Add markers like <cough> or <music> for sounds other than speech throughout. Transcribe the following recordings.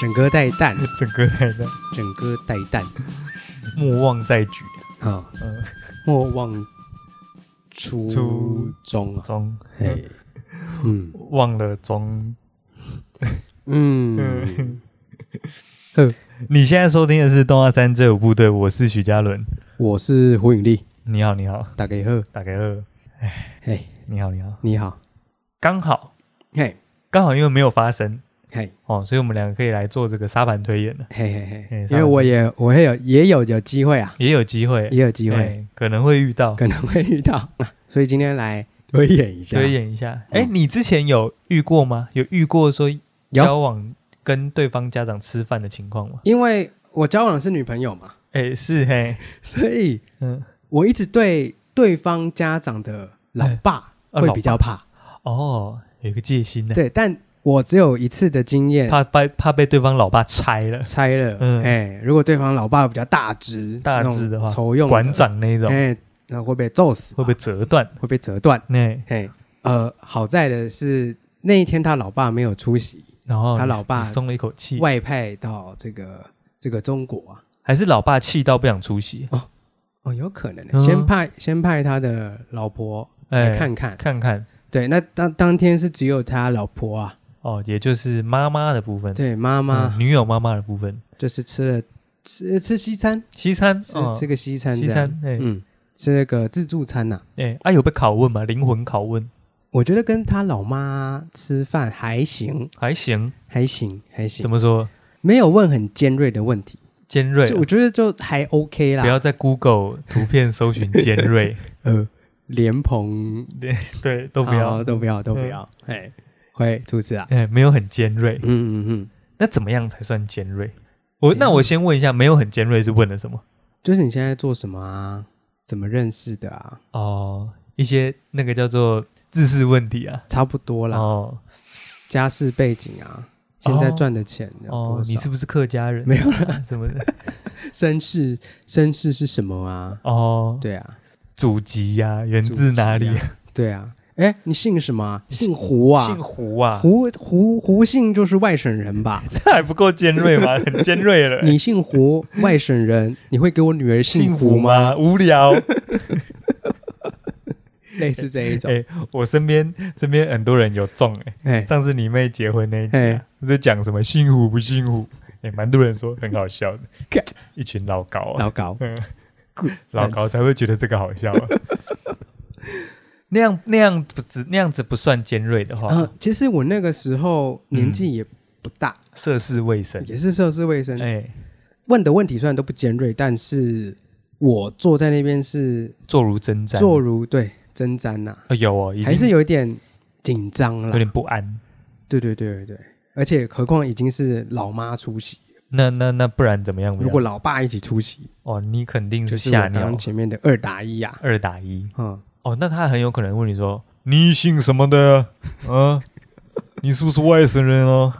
整个带 <laughs> 蛋，整个太大，整个带 <laughs> 蛋莫忘在举，啊，嗯，莫忘初初衷啊，中哎，嗯忘了中。嗯嗯，你现在收听的是《动画三》这五部队，我是许嘉伦。我是胡永丽，你好，你好，打给贺，打给二，嘿，你好，你好，你好，刚好嘿，刚好，因为没有发生嘿，哦，所以我们两个可以来做这个沙盘推演了，嘿嘿嘿哎，因为我也我会有也有有机会啊，也有机会，也有机会，哎可能会遇到，可能会遇 <laughs> 到，所以今天来推演一下，推演一下。嗯哎、你之前有遇过吗？有遇过说交有，往跟对方家长吃饭的情况吗？因为我交往的是女朋友嘛，哎、是嘿，所以嗯，我一直对对方家长的老爸哎啊会比较怕，哦，有一个戒心呢、对，但我只有一次的经验怕被怕被对方老爸拆了，猜了，嗯哎，如果对方老爸比较大只，大只的话那种仇用的馆，长那一种、哎，那会被揍死吧，会被折断，会被折断，那、哎，呃，好在的是那一天他老爸没有出席，然后他你老爸你松了一口气，外派到这个这个中国啊，还是老爸气到不想出席，哦，有可能、嗯先派先派他的老婆哎、来看看，看看对，那当当天是只有他老婆啊，哦，也就是妈妈的部分，对，妈嗯，妈、女友妈妈的部分，就是吃了吃吃西餐，西餐，吃、哦、吃个西餐西这样，餐，哎、嗯，吃了个自助餐呐、哎、啊，有被拷问吗？灵魂拷问，我觉得跟他老妈吃饭还行，还行，还行，还行怎，么说？没有问很尖锐的问题，尖锐啊、就我觉得啊就还 OK 不啦。要在 Google 图片搜寻尖锐， <laughs> 呃，莲蓬对，都不要哦，都不要，都不嗯要，哎、会出事啊。哎、没有很尖锐。嗯嗯嗯，那怎么样才算尖锐？我尖锐那我先问一下，没有很尖锐是问了什么？就是你现在做什么啊？怎么认识的啊？哦，一些那个叫做知识问题啊。差不多啦，哦家世背景啊，现在哦赚的钱有多哦，少？你是不是客家人？没有啊 <laughs> 什么的绅士，绅士是什么啊？哦，对啊，祖籍呀、源自哪里、祖籍啊？对啊。哎，你姓什么啊？姓胡啊？姓胡啊？胡胡胡姓就是外省人 <laughs> 吧？这还不够尖 <laughs> 锐吗？很尖锐了、你姓胡，外省人，你会给我女儿姓姓胡胡吗？吗？无聊。 <laughs> 类似这一种，哎我身边身边很多人有中哎、哎，上次你妹结婚那一集、嘿啊，不是讲什么幸福不幸福，也、蛮多人说很好笑的干，一群老高、啊，糟糕，嗯滚老高才会觉得这个好笑、啊。 <laughs> 那样那样不只那样子不算尖锐的话，嗯，其实我那个时候嗯年纪也不大，涉世未深。也是涉世未深，哎、问的问题虽然都不尖锐，但是我坐在那边是坐如针毡。坐如对针毡呐，哦有哦，已经还是有一点紧张有啦。点不安。对对对对对，而且何况已经是老妈出席，那那那不然怎么样？如果老爸一起出席，哦，你肯定就是是我吓刚尿刚前面的二打一啊，二打一。嗯，哦，那他很有可能问你说：“你姓什么的？嗯、你是不是外省人哦？”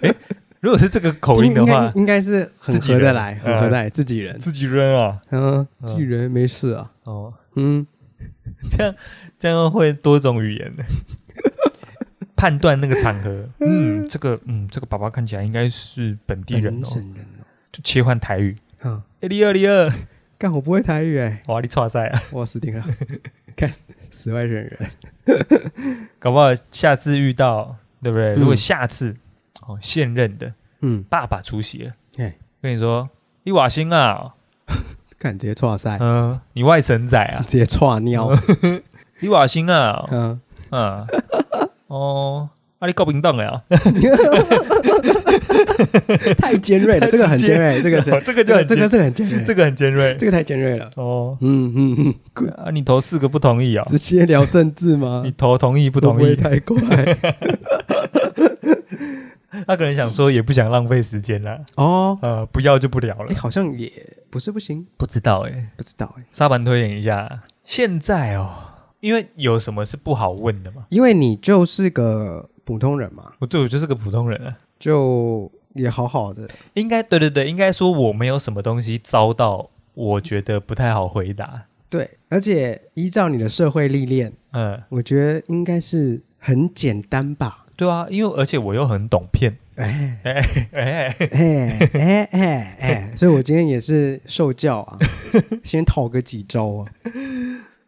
哎，如果是这个口音的应该话，应该是很自己合人得来，嗯很合得来，自己人，自己人啊，嗯，自己人没事啊，哦，嗯，这样这样会多种语言的判断那个场合。嗯，这个嗯，这个爸爸看起来应该是本地人本哦，省人就切换台语。哦，嗯，哎，你二你二，干我不会台语哎，哇，你错赛啊！我死定 <laughs> 了，看死外省人，搞不好下次遇到，对不对？嗯如果下次哦，现任的嗯，爸爸出席了，哎跟你说你瓦星啊，看直接错塞，嗯，你外省仔啊，直接错尿， <laughs> 你瓦星啊，嗯， <laughs> 嗯，哦，啊，你搞平档了呀，太尖锐了，这个很尖 <laughs> 锐，这个是哦 <laughs> 这个这就个很这个尖这个很尖锐，这这个个很尖锐太尖锐了，哦。嗯嗯嗯，滚啊，你投四个不同意啊？直接聊政治吗你？投同意不啊不同会意？太快 <laughs> 他可能想说也不想浪费时间啦，哦，呃，不要就不聊了哎，。好像也不是不行，不知道哎，不知道哎，沙盘推演一下，现在哦，因为有什么是不好问的嘛？因为你就是个普通人嘛，我对我就是个普通人啊，就也好好的，应该对对对，应该说我没有什么东西遭到我觉得不太好回答，对，而且依照你的社会历练，嗯，我觉得应该是很简单吧。 <laughs> 对啊，因为而且我又很懂骗，哎哎哎，哎哎哎哎，所以我今天也是受教 <laughs> 啊，先讨个几招啊。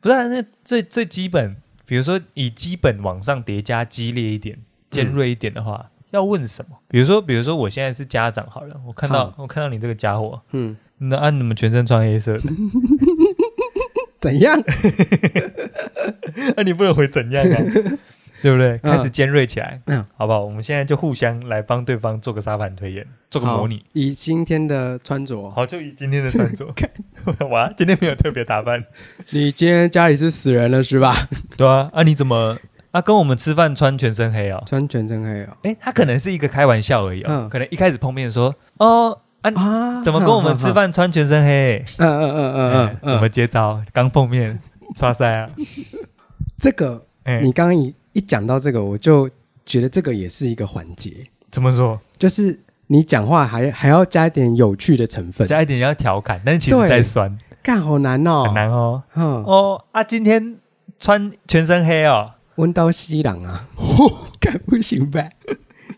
不是、啊、那最最基本，比如说以基本往上叠加激烈一点、尖锐一点的话，要问什么？比如说，比如说我现在是家长好了，我看到我看到你这个家伙，嗯，那按、你们全身穿黑色 <laughs> 的，怎样？那、你不能回怎样 <laughs> 啊？对不对？嗯开始尖锐起来，嗯好不好？我们现在就互相来帮对方做个沙盘推演，做个好模拟。以今天的穿着，好，就以今天的穿 <laughs> 着，哇，今天没有特别打扮，你今天家里是死人了是吧？对啊，啊你怎么啊跟我们吃饭穿全身黑哦？穿全身黑哦。哎，他可能是一个开玩笑而已哦，嗯可能一开始碰面说哦啊啊怎么跟我们吃？饭穿全身黑？嗯嗯嗯嗯嗯嗯，嗯，怎么接招？刚碰面，刷塞啊！这个？哎，你刚刚一一讲到这个，我就觉得这个也是一个环节，怎么说？就是你讲话还还要加一点有趣的成分，加一点要调侃，但是其实对在酸，干好难哦，很难哦。嗯，哦啊，今天穿全身黑哦，温刀西朗啊， <laughs> 干不行吧？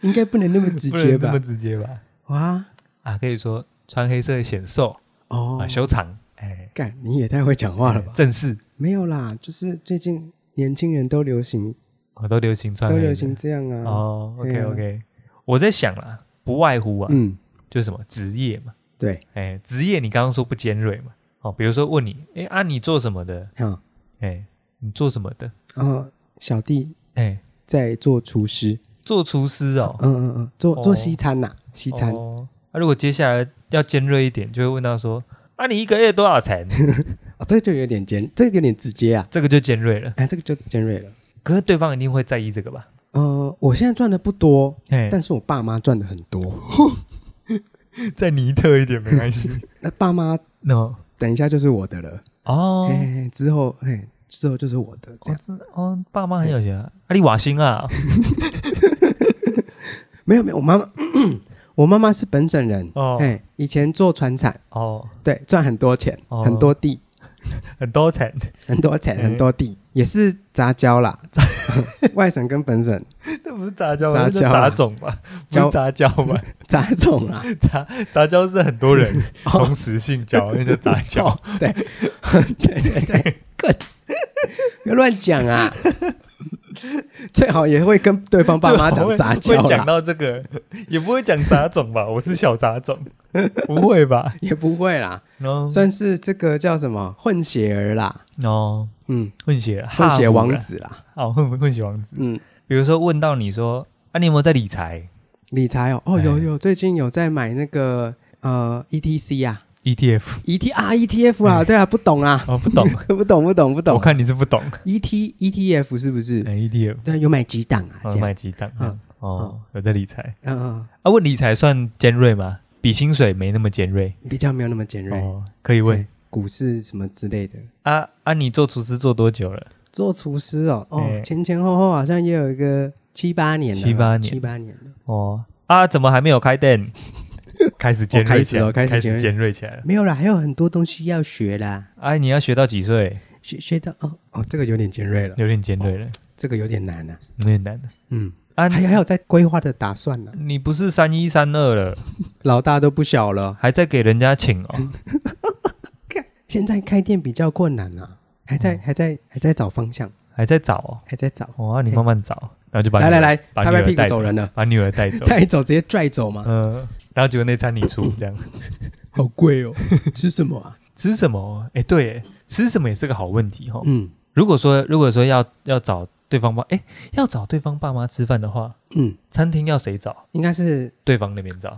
应该不能那么直不接能这吧么？直接吧？哇啊，可以说穿黑色显瘦哦啊，，修长，哎，干你也太会讲话了吧？正式，没有啦，就是最近年轻人都流行我都流行穿都黑的，流行这样啊，哦。对 OK 啊 OK，我在想啦，不外乎啊，嗯，就是什么职业嘛，对，哎，职业你刚刚说不尖锐嘛，哦，比如说问你，哎啊，你做什么的？好，哎，你做什么的？然后小弟哎，在做厨师，做厨师哦，嗯嗯嗯，做哦做西餐呐，西餐，哦。那、如果接下来要尖锐一点，就会问到说：“啊，你一个月多少钱，哦，这个就有点尖，这个有点直接啊？”这个就尖锐了。哎，这个就尖锐了。可是对方一定会在意这个吧？呃，我现在赚的不多，哎但是我爸妈赚的很多。再泥特一点没 <laughs> 关系。那爸妈那、no. 等一下就是我的了，哦嘿嘿嘿之后嘿之后就是我的，哎这哦样哎这哦，爸妈很有钱啊，啊你瓦辛啊，没有没有，我妈妈 <clears throat> 我妈妈是本省人，哦哎，以前做船产，哦，对，赚很多钱，哦很多地，很多钱， <laughs> 很多钱，哎很多地，也是杂 <laughs> 交啦，外省跟本省那不是杂交杂吧，那是交啊杂 <laughs> 种吧？不交是杂交吧？杂种啊， <laughs> 杂杂交是很多人 <laughs> 哦同时性 <laughs> 交，那叫杂交。哦对 <laughs> 对对对，各别乱讲啊，最好也会跟对方爸妈讲杂交会讲啦，到这个，也不会讲杂 <laughs> 种吧？我是小杂种，不会吧？也不会啦，哦算是这个叫什么混血儿啦，哦，嗯，混血混哈佛血啦王子啦，哦，混混血王子。嗯，比如说问到你说啊，你有没有在理财理财哦，哦哎有有，最近有在买那个呃 ETC 啊 <laughs> ETF？ ，ET 啊 ETF 啦，对啊，不懂啊，E <laughs> 哦，不懂，不懂不懂不哎 E 我懂看你是 <laughs> 不懂。 ，ET ETF 是不是？哎，ETF <laughs> 对，有买几档啊？这哦样，卖鸡蛋嗯哦，有在理财嗯嗯，啊？问理财算尖锐吗？比薪水没那么尖锐嗯比较没有那么尖锐。哦，可以问对股市什么之类的。啊啊，你做厨师做多久了？做厨师哦，哦，哎前前后后好像也有一个七八年了，七八年七八年了，哦啊，怎么还没有开店？ <laughs> 开始尖锐起来，哦开始哦开始尖锐尖锐起来了。没有啦，还有很多东西要学啦，哎，你要学到几岁？学学到哦哦，这个有点尖锐了，有点尖锐了，这个有点难了、啊，有点难的嗯，啊。还你有还有在规划的打算呢、你不是三一三二了，老大都不小了，还在给人家请哦？现在开店比较困难啊，还在、嗯还在还在找方向，还在找哦？还在找，哦，那你慢慢找，然后就把来女来儿来，把拍女拍儿屁股带走人了，把女儿带走，带走直接拽走嘛，嗯、然后结果那餐你出，这样好贵哦，吃什么 <laughs> 啊？吃什么？哎，对耶，吃什么也是个好问题哦。嗯如果说如果说要要找对方爸，哎，要找对方爸妈吃饭的话，嗯，餐厅要谁找？应该是对方那边找，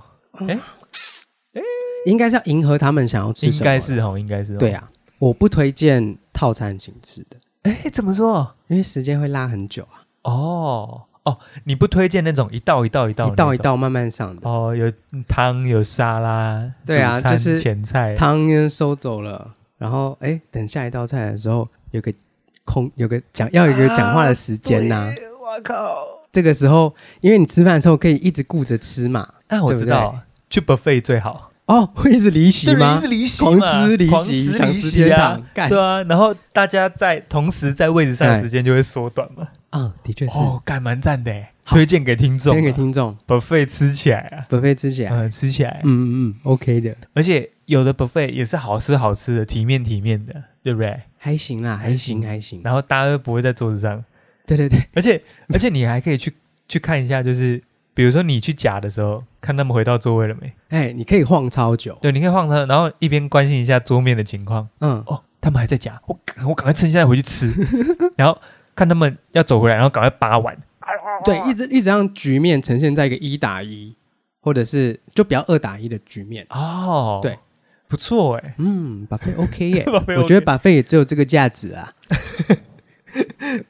应该是要迎合他们想要吃应什么，该是哦，应该是、哦、对。啊，我不推荐套餐形式的，哎，怎么说？因为时间会拉很久啊，哦哦，你不推荐那种一道一道一道一道那一种道慢慢上的，哦，有汤有沙拉，对啊主餐就是前菜，汤先收走了，然后哎，等下一道菜的时候有个空，有个讲要有一个讲话的时间呐、啊对我靠！这个时候，因为你吃饭的时候可以一直顾着吃嘛，那啊我对不知道，去 buffet 最好，哦，会一直离席对，吗是？离席狂嘛吃离狂席，吃想离吃席天啊堂，，哎干对啊，然后大家在同时在位置上的时间就会缩短嘛。啊，的确是，哦，干蛮赞的耶，好推荐给听众、啊，先给听众 buffet 吃起来啊， ，buffet 吃起来，嗯，吃起来，嗯嗯嗯，OK 的，而且有的 buffet 也是好吃好吃的，体面体面的，对不对？还行啦，还行还行。然后大家都不会在桌子上，对对对，<laughs> 而且而且你还可以去去看一下，就是比如说你去夹的时候，看他们回到座位了没？哎，你可以晃超久，对，你可以晃他，然后一边关心一下桌面的情况。嗯，哦，他们还在夹，我赶我赶快趁现在回 <laughs> 去吃，然后看他们要走回来，然后赶快扒完。对，哦一直一直让局面呈现在一个一打一，或者是就比较二打一的局面。哦，对，不错哎、，嗯，把费 OK 耶 <laughs> buffet <laughs> 我觉得把费也只有这个价值啊。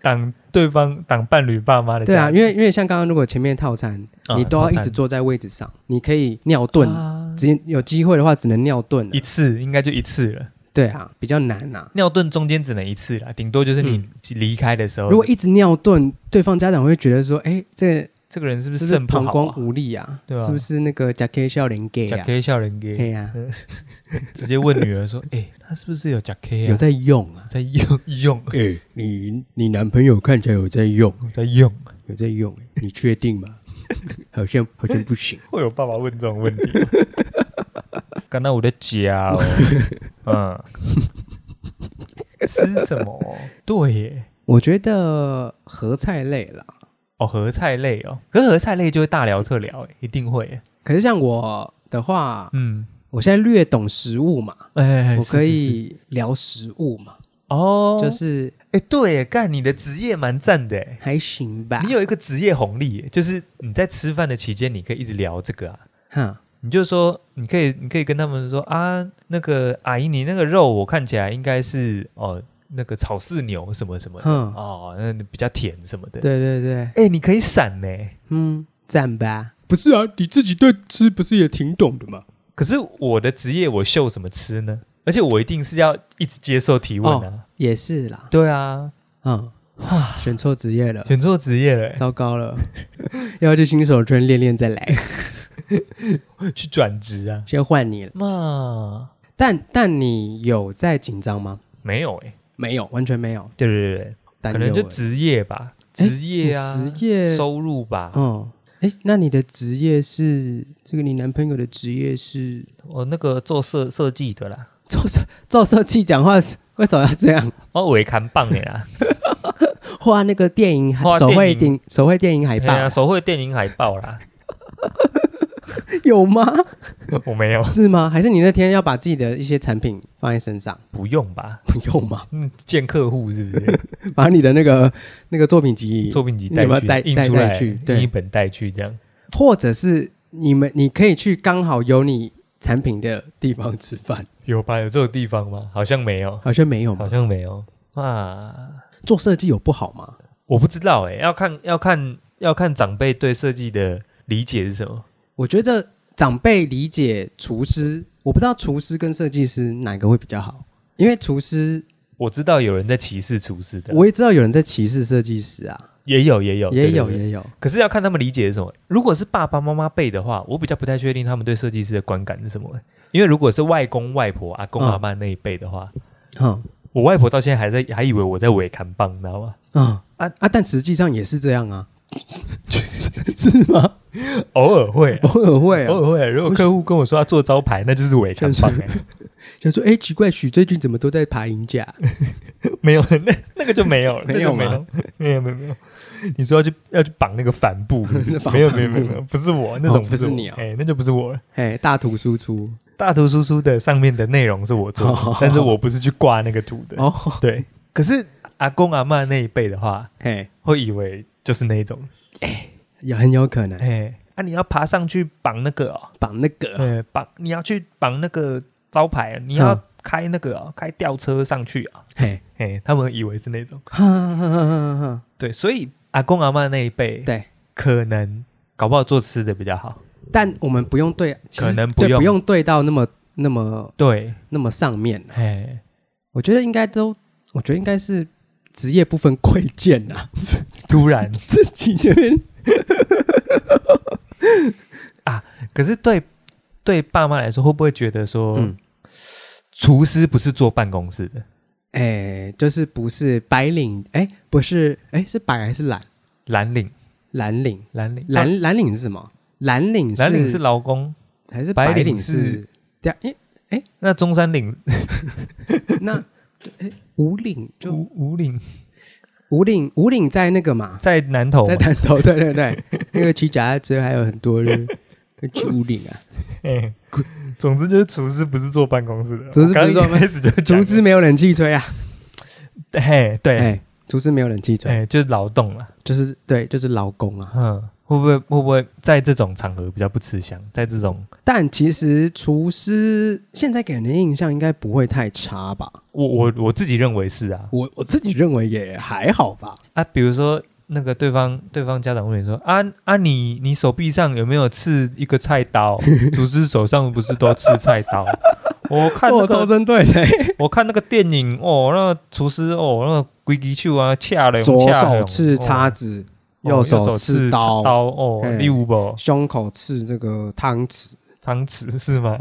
挡对方挡伴侣爸妈的对啊，家因为因为像刚刚如果前面套餐，啊你都要一套直餐坐在位置上，你可以尿遁，啊只有机会的话只能尿遁一了。次应该就一次了。对啊，比较难啊。尿遁中间只能一次啦，顶多就是你离开的时候。嗯如果一直尿遁，对方家长会觉得说，哎，这这个人是不是是不是肾不膀好胱啊？无力啊？对啊是不是那个甲 K 笑脸 gay 甲啊？ K 啊笑人嘿 gay，呀，直接问女 <laughs> 儿说：“哎、他是不是有甲 K 啊？有在用啊？在用用 <laughs> 哎、你你男朋友看起来有在用，在用。有在用，你确定 <laughs> 吗？好像好像不行。” <laughs> 会有爸爸问这种问题吗？ <laughs> 刚才我的家 <laughs> 哦，嗯，吃什么？对耶，我觉得合菜类啦，哦，合菜类哦，可是合菜类就会大聊特聊，哎，一定会耶，可是像我的话，嗯，我现在略懂食物嘛，哎，我是可是是以聊食物嘛，哦，就是哎，对耶，干你的职业蛮赞的耶，还行吧。你有一个职业红利耶，就是你在吃饭的期间，你可以一直聊这个啊。哈，你就说，你可以，你可以跟他们说啊，那个阿姨，你那个肉我看起来应该是哦，那个草饲牛什么什么的、嗯哦，那比较甜什么的。，对对对，哎、你可以闪呢。嗯，赞吧。不是啊，你自己对吃不是也挺懂的吗？可是我的职业，我秀什么吃呢？而且我一定是要一直接受提问啊。也是啦，对啊， <sighs> 嗯，选错职业了，选错职业了耶，糟糕了， <laughs> 要去新手村练练再来，去转职啊？先换你了。嘛，但但你有在紧张吗？没有哎、没有，完全没有，对对对对，担可忧能就欸职业吧，哎职业啊，你职业收入啊吧。嗯，哎，那你的职业是这个？你男朋友的职业是我那个做设设计的啦，照射照射器讲话是，为什么要这样？ <laughs> 哦，尾砍棒的啦，画那个电影画手绘电电手绘电影 <laughs> 海哎报、呀，手绘电影海报啦，有吗？ <laughs> 我没有，是吗？还是你那天要把自己的一些产品放在身上？ <laughs> 不用吧？不用吗？嗯，见客户是不 <laughs> 是？把你的那个那个作品集，作品集你有没有带带去，印带出来，带去对印一本带去这样。或者是你们你可以去刚好有你产品的地方吃饭，有吧？有这种地方吗？好像没有，好像没有好嘛？像没有啊，做设计有不好吗？我不知道哎、要看要看要看长辈对设计的理解是什么。我觉得长辈理解厨师，我不知道厨师跟设计师哪个会比较好，因为厨师我知道有人在歧视厨师的，我也知道有人在歧视设计师啊，也有也有也有哦对对对也有，可是要看他们理解是什么。如果是爸爸妈妈辈的话，我比较不太确定他们对设计师的观感是什么。因为如果是外公外婆、阿公嗯阿妈那一辈的话，嗯我外婆到现在还在还以为我在伪看棒，你知道吗？嗯啊啊啊，但实际上也是这样啊，是吗？ <laughs> 偶尔 <laughs> 会、偶尔会偶啊，尔会、如果客户跟我说要做招牌，那 <laughs> 就是伪看棒、欸想说哎，奇怪，许最近怎么都在爬银甲？没有，那那个就 <laughs> 没有了，没有那吗就没有，没有没有没有。你说要去要去绑 <laughs> 那个帆布是不那是，绑没有帆没有没有布没有，不是我那种哦我不是你哦哎、那就不是我了。哎，大图输出大图叔叔的上面的内容是我做的，哦但是我不是去挂那个 <laughs> 图的。哦，对，可是阿公阿嬷那一辈的话，嘿，会以为就是那一种，也很有可能哎、啊，你要爬上去绑那个哦，绑那个呃，绑你要去绑那个招牌，你要嗯开那个、哦、开吊车上去啊、嘿，哎、他们以为是那种，哈哈哈哈哈，对，所以阿公阿嬷那一辈，对。可能搞不好做吃的比较好，但我们不用对，其实可能不对用不用对到那么那么对，那么上面啊。哎、我觉得应该都，我觉得应该是职业不分贵贱呐，突 <laughs> 然， <laughs> 自己这边可是对对爸妈来说，会不会觉得说？嗯厨师不是坐办公室的，哎，就是不是白领，哎，不是，哎，是白还是懒？蓝领蓝领，蓝领蓝蓝领是什么？蓝领蓝领是劳工，还是白白领领是是？对啊，诶那中山领那诶无领就五五领无领无领在那个嘛，在南投嘛 <laughs> 在，弹头，对对对，那个骑脚踏车还有很多人去无领 <laughs> 啊，哎总之就是厨师不是坐办公室的，厨师不是我坐刚一办开始就讲厨了师没有冷气吹啊，嘿对哎，厨师没有冷气吹，哎就是劳动了，就是对，就是劳工啊。嗯，会不会会不会在这种场合比较不吃香，在这种但其实厨师现在给人的印象应该不会太差吧？我我我自己认为是啊我我自己认为也还好吧。啊，比如说。那个对方对方家长问你说啊啊你你手臂上有没有刺一个菜刀？厨师手上不是都刺菜刀？ <laughs> 我看那 <laughs> 哦，个超针对的，我看那个电影哦，那个厨师哦，那个龟鸡手啊，恰 <laughs> 了左恰手了，刺叉哦，子，哦右右手刺刺刀，刀哦嘿，你有无？胸口刺这个汤匙，长尺是吗？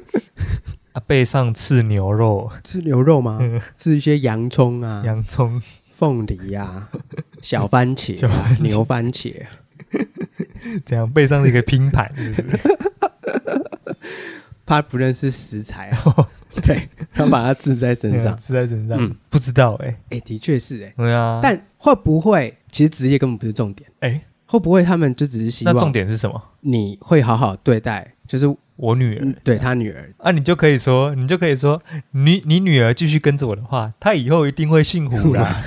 <laughs> 啊，背上刺牛肉、吃牛肉吗？吃一些洋葱啊、嗯洋葱， <laughs> 凤梨啊、小番茄小啊、番茄牛番茄。这样背上是一个拼盘，是不 <laughs> 是？怕不认识食材啊，对，然后把它刺在身上。哦刺在身上，嗯不知道哎，哎，的确是哎，对啊，但会不会其实职业根本不是重点？哎，会不会他们就只是希那重望点是什么？你会好好对待，就是我女嗯儿。对他女儿啊，你就可以说，你就可以说，你你女儿继续跟着我的话，她以后一定会幸 <laughs> 福啦。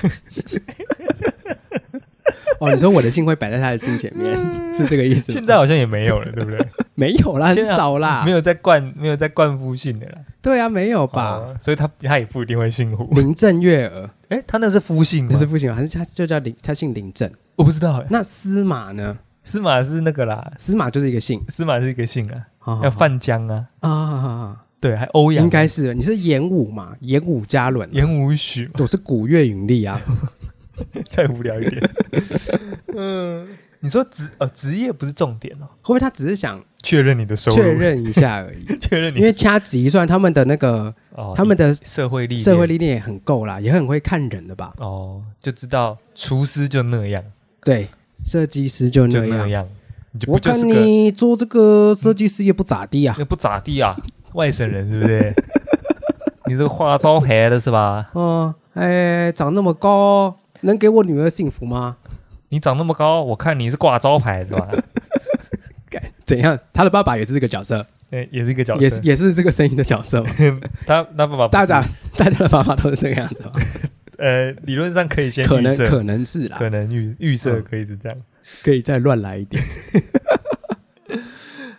哦，你说我的信会摆在他的信前面， <laughs> 是这个意思吗？嗯现在好像也没有了，对不对？没有啦，很现在少啦，没有在灌，没有在灌夫姓的啦，对啊，没有吧？哦所以他他也不一定会姓 <laughs> 胡。林郑月娥哎、他那是夫姓吗那是不行，还是他就叫林，他姓林郑。我不知道、哎，那司马呢？司马是那个啦，司马就是一个姓，司马是一个姓啊，好好要好范江啊，啊好好好，对，还欧阳，应该是你是演武嘛，演武嘉伦啊，演武许嘛， <laughs> 我是古月云丽啊，再无聊一点。嗯，你说职呃职业不是重点哦，会不会他只是想确认你的收入，确认一下而已？ <laughs> 确认你因为掐指一算，他们的那个哦他们的社会历练社会历练也很够啦，也很会看人的吧？哦，就知道厨师就那样，对，设计师就就那那样。样，你就我不就看是个你做这个设计师也不咋地啊。 <laughs> 那不咋地啊，外省人是不 <laughs> 是？你这个花招黑的是吧？嗯，哎，长那么高，能给我女儿幸福吗？ <laughs> 你长那么高，我看你是挂招牌的吧？干怎样？他的爸爸也是这个角色，对，也是一个角色，也是也是这个声音的角色嘛。 <laughs> 他他爸爸不大是家 <laughs> 大家的爸爸都是这个样子 <laughs> 吗？呃，理论上可以先可预能设，可能是啦，可能预预设嗯可以是这样。可以再乱来一点。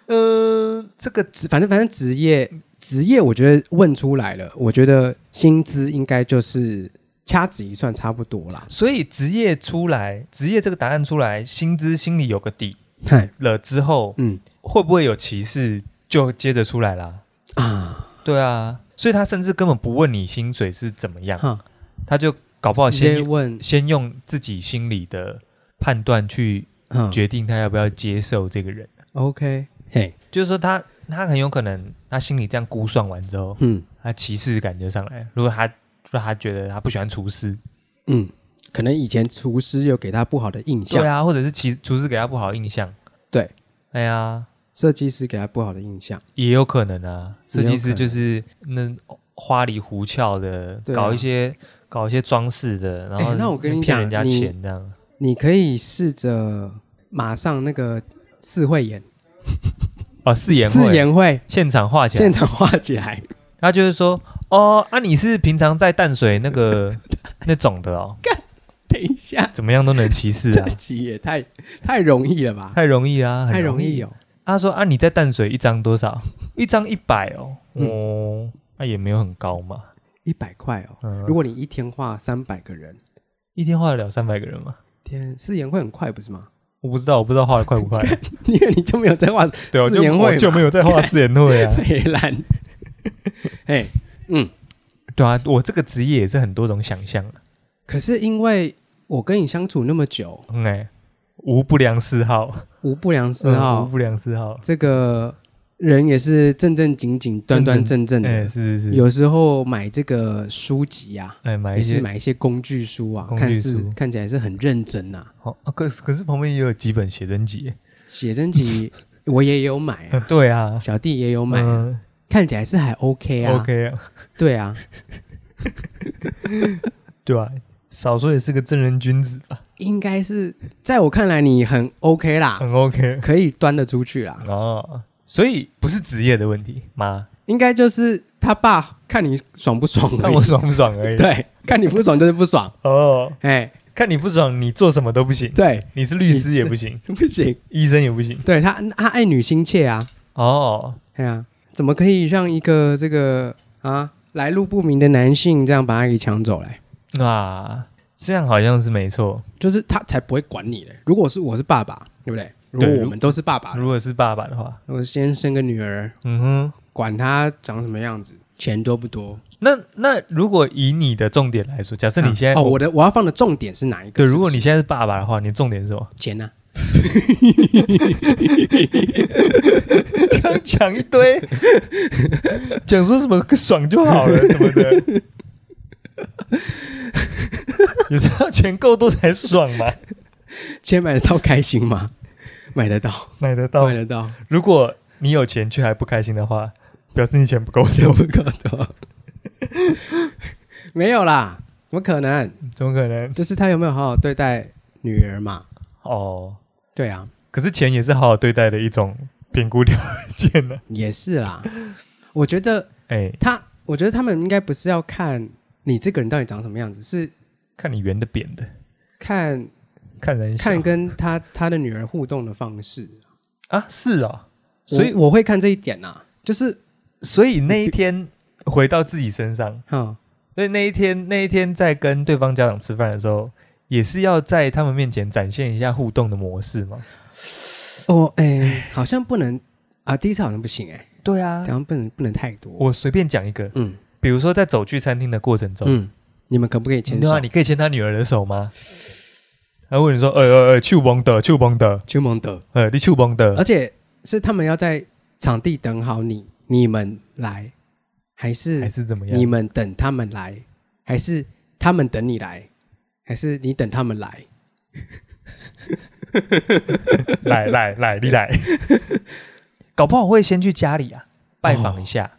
呃，这个职反正反正职业职业，我觉得问出来了，我觉得薪资应该就是掐指一算差不多啦。所以职业出来，职业这个答案出来，薪资心里有个底嗨，了之后，嗯会不会有歧视就接着出来啦？啊，对啊，所以他甚至根本不问你薪水是怎么样，哈，他就搞不好啊直先接问，先用自己心里的判断去嗯决定他要不要接受这个人。 ，OK，嘿，就是说他，他很有可能他心里这样估算完之后，嗯他歧视感就上来了。如果他如果他觉得他不喜欢厨师，嗯，可能以前厨师有给他不好的印对象，啊，或者是其厨师给他不好的印象，对，哎呀，设计师给他不好的印象，也有可能啊。设也有计师就是那花里胡俏的，对啊搞一些搞一些装饰的，然后哎那我跟你骗讲人家你钱这样，你可以试着马上那个四会演哦，誓言四会言会现场画起来现，场画起来， <laughs> 他就是说，哦，啊，你是平常在淡水那个 <laughs> 那种的哦，等一下，怎么样都能 <laughs> 歧视这啊，集也太太容易了吧？太容易啊，很太容易啊。哦，他说啊，你在淡水一张 <laughs> 多少？一张一百哦，嗯哦，那、也没有很高嘛。一百块哦。嗯，如果你一天画三百个人，一天画得了三百个人吗？天四言会很快不是吗？我不知道，我不知道画的快不 <laughs> 快。因为你就没有在画对啊，我四就言我会就嘛没有在画四言 <laughs> 会啊。北兰， <laughs> 哎，嗯，对啊，我这个职业也是很多种想象啊。可是因为我跟你相处那么久，嗯哎、无不良嗜好，无不良嗜嗯无好，不良嗜好，这个人也是正正经经、端端正正哎，的。是是是，有时候买这个书籍啊，哎买也一是些买一些工具书啊，工具看似书看起来是很认真呐、啊。好，啊可是可是旁边也有几本写真集耶，写真 <laughs> 集我也有买呃啊， <laughs> 对啊，小弟也有买啊、嗯看起来是还 OK 啊。 ，OK 啊，对啊，对吧？少说也是个正人君子吧，应该是在我看来你很 OK 啦，很嗯 OK 可以端得出去啦。哦，所以不是职业的问题妈，应该就是他爸看你爽不爽而看已我，爽不爽而已。对，看你不爽就是不 <laughs> 爽，哦，哎，看你不爽，你做什么都不行，对，你是律师也不行，不行，医生也不行。对他他爱女心切啊，哦，哎呀、怎么可以让一个这个啊来路不明的男性这样把他给抢走来？那这样好像是没错。就是他才不会管你嘞。如果是我是爸爸，对不对？如果对我们都是爸爸，如果是爸爸的话，我先生个女儿，啊嗯哼，管她长什么样子，钱多不多？那那如果以你的重点来说，假设你现在、啊哦，我的我要放的重点是哪一个？对，是不如果是你现在是爸爸的话，你的重点是什么？钱啊呢、刚 <laughs> 讲一堆， <laughs> 讲说什么爽就好了什么 <laughs> 的，你知道钱够多才爽吗？钱买得到开心吗？ <laughs> 买得到， <laughs> 买得到买。得到，如果你有钱却还不开心的话，表示你钱不够有多，不够多， <laughs> 没有啦，怎么可能？ <laughs> 怎么可能？就是他有没有好好对待女儿嘛？哦，对啊，可是钱也是好好对待的一种评估条件啊呢、也是啦。 <laughs> 我觉得 <laughs> 哎、他，我觉得他们应该不是要看你这个人到底长什么样子，是看你圆的扁的，看看人小看跟他他的女儿互动的方式。啊，是啊、所以我我会看这一点呐，就是所以那一天回到自己身上，哈，所以那一天，那一天在跟对方家长吃饭的时候，也是要在他们面前展现一下互动的模式嘛？哦，哎，好像不能啊，第一次好像不行哎，对啊好像不能不能太多。我随便讲一个，嗯比如说在走去餐厅的过程中，嗯，你们可不可以牵对手啊，？你可以牵他女儿的手吗？他问你说：“呃呃呃，去蒙的，去蒙的，就蒙德，呃，你去蒙的而，且是他们要在场地等好你，你们来，还还是是怎么你样们等他们来，还是他们等你来，还是你等他们来？？”来来来，你 <laughs> 来，搞不好会先去家里啊拜访一下，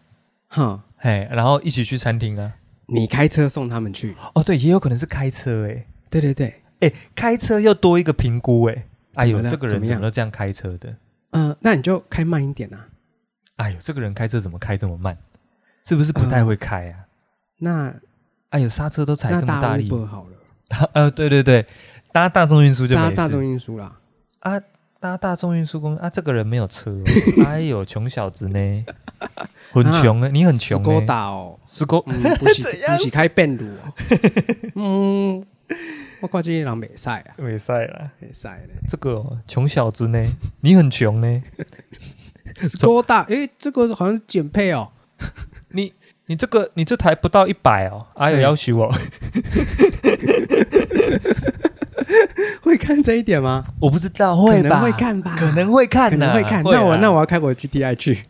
哈，哎，然后一起去餐厅啊。你开车送他们去。哦，对，也有可能是开车哎、对对对，哎、开车又多一个评估哎、哎怎，呦么了这个怎人么怎样么都这样开车的？嗯，那你就开慢一点啊。哎呦，这个人开车怎么开这么慢？是不是不太会开啊？那哎呦，刹车都踩那这么大大力。 Uber 好了，呃，对对对，搭大众运输就大没大众事。运输啦。啊，搭大众运输工具啊，这个人没有 <laughs> 车哦、哎呦，穷小子呢，很穷啊，你很穷勾呢。打 <laughs> 哦，斯哥，嗯，不是怎样不是开变路哦。嗯，我挂这人没赛啊，没赛啦，没赛的。这个哦穷、小子呢，你很穷呢， <laughs> 勾打，诶，这个好像是减配哦。你 <laughs> 你这个你这台不到一百哦，哎呦，嗯要求我，会看这一点吗？ <laughs> 我不知道会可吧？能会看吧，可能会看可呐、能会看。啊那我那我要开我 GTI 去，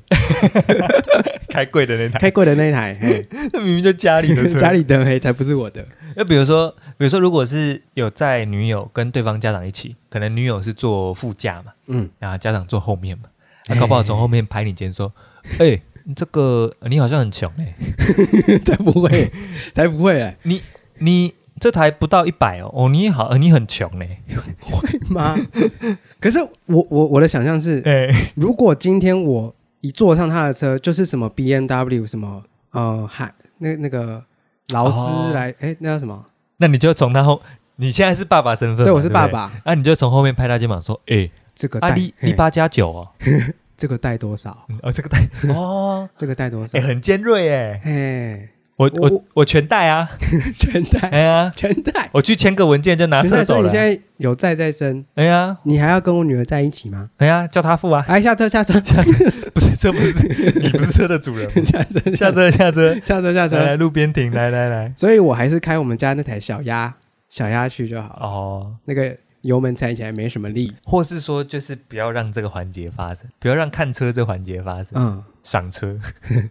开贵的那台， <laughs> 开过的那一台，嘿那明明就家里的 <laughs> 车，家里的嘿才不是我的。那比如说，比如说，如果是有在女友跟对方家长一起，可能女友是坐副驾嘛，嗯，然啊后家长坐后面嘛，那、搞不好从后面拍你肩说：“哎、这个你好像很穷哎、 <laughs> 才不会，才不会嘞，你这台不到一百哦，哦，你好，你很穷哎、会吗？ <laughs> 可是我我我的想象是，欸，如果今天我一坐上他的车，就是什么 BMW 什么呃海那那个劳哦斯莱，哎、那叫什么？那你就从他后，你现在是爸爸身份嘛，对，我是不爸，爸。那、你就从后面拍他肩膀说：“哎、这个阿带啊，你嘿你八加九哦，这个带多少？嗯哦，这个带哦，这个带多少 <laughs> 哎、？很尖锐哎、哎，我我我我全带啊，全带，哎呀，全带。我去签个文件就拿全带车走说你了现，在有债在身，哎呀，你还要跟我女儿在一起吗？哎呀，叫他付啊， <laughs> 哎，下车，下车， <laughs> 不是这不是你不是车的主人吗，下车，下，车下车，下车，下来来车。路边停，来来来，所以我还是开我们家那台小鸭，小鸭去就好了。哦，那个油门踩起来没什么力，或是说就是不要让这个环节发生，不要让看车这环节发生，嗯，赏车，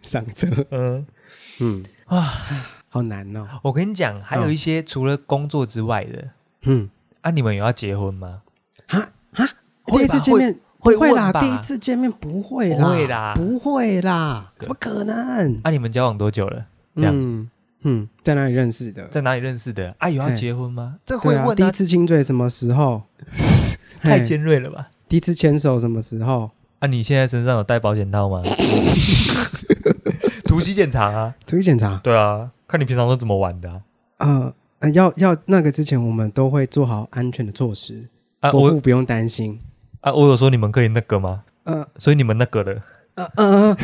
上车，嗯嗯，啊，好难哦，我跟你讲，还有一些除了工作之外的，嗯，啊，你们有要结婚吗？哈哈，第会吧一次见面会会啦，问吧啊第一次见面不会啦，不会啦不会啦，怎么可能？啊，你们交往多久了？这样嗯嗯，在哪里认识的？在哪里认识的？啊，有要哎结婚吗？这会对啊，问第啊一次亲嘴什么时候？ <laughs> 太嘿尖锐了吧？第一次牵手什么时候？啊，你现在身上有带保险套吗？ <laughs> 突袭检查啊，突击检查，对啊，看你平常都怎么玩的啊。呃，呃要要那个之前，我们都会做好安全的措施，啊，伯我父不用担心。啊，我有说你们可以那个吗？呃所以你们那个了，呃呃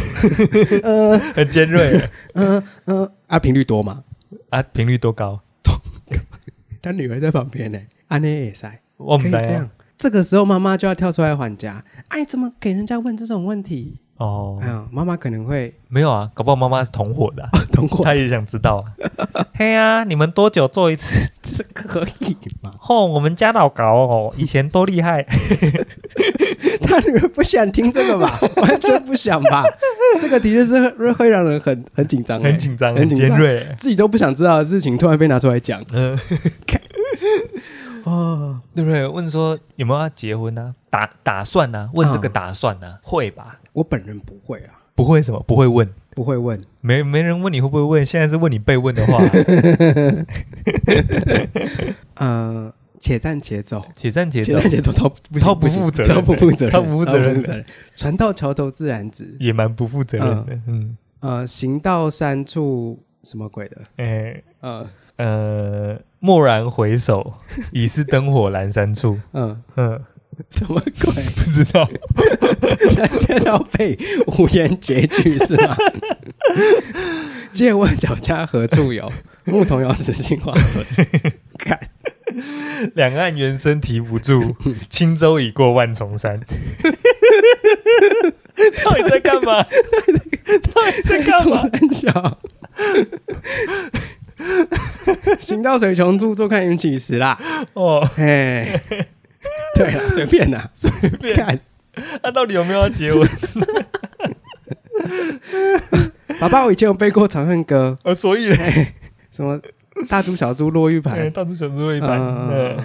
呃 <laughs> 很尖锐呃呃， <laughs> 啊，频率多嘛？啊，频率多高？他女儿在旁边呢，安内也塞，我啊可们以在这样。这个时候，妈妈就要跳出来缓颊。哎，怎么给人家问这种问题？哦哎，呀，妈妈可能会没有啊，搞不好妈妈是同伙的 <laughs> 啊、通过，她也想知道啊。嘿呀、啊，你们多久做一 <laughs> 次？ <laughs> 这可以吗？哦，我们家老搞哦，以前多厉害。他女儿不想听这 <laughs> 个吧？完全不想吧？这个的确是会会让人很很紧张、欸，很紧张，很很紧尖张，锐。自己都不想知道的事情，突然被拿出来讲嗯，哦，对不对？问说有没有要结婚啊？打打算啊？问这个嗯打算啊？会吧？我本人不会啊，不会什么？不会问？不会问，没没人问你会不会问？现在是问你被问的 <laughs> 话，呃，且战且走，且战且且走战，且走超不超不不负责任超不负责任， <laughs> 超不负责任任，船到桥头自然直，也蛮不负责任的。嗯，呃，行到山处什么鬼的，哎呃呃，蓦然回首，已是灯火阑珊处。 <laughs> 嗯，嗯，什么鬼？不知道。 <laughs> 现在是要被无言绝句是吗？ <laughs> 借问脚下何处有？牧童遥指杏花村。看，两岸猿声啼不 <laughs> 住，轻舟已过万重 <laughs> 山。到底在干嘛？ <laughs> 到底 <laughs> 在干嘛？ <laughs> 很小。行到水穷处，坐看云起时啦。哦，哎， <laughs> 对啦，随便 <laughs> 啦，随便看。他到底有没有要结 <laughs> 婚？爸爸，我以前有背过《长恨 <laughs> 歌呃，所以呢，》，什么大猪小猪落玉哎盘，大猪小猪一般，嗯嗯，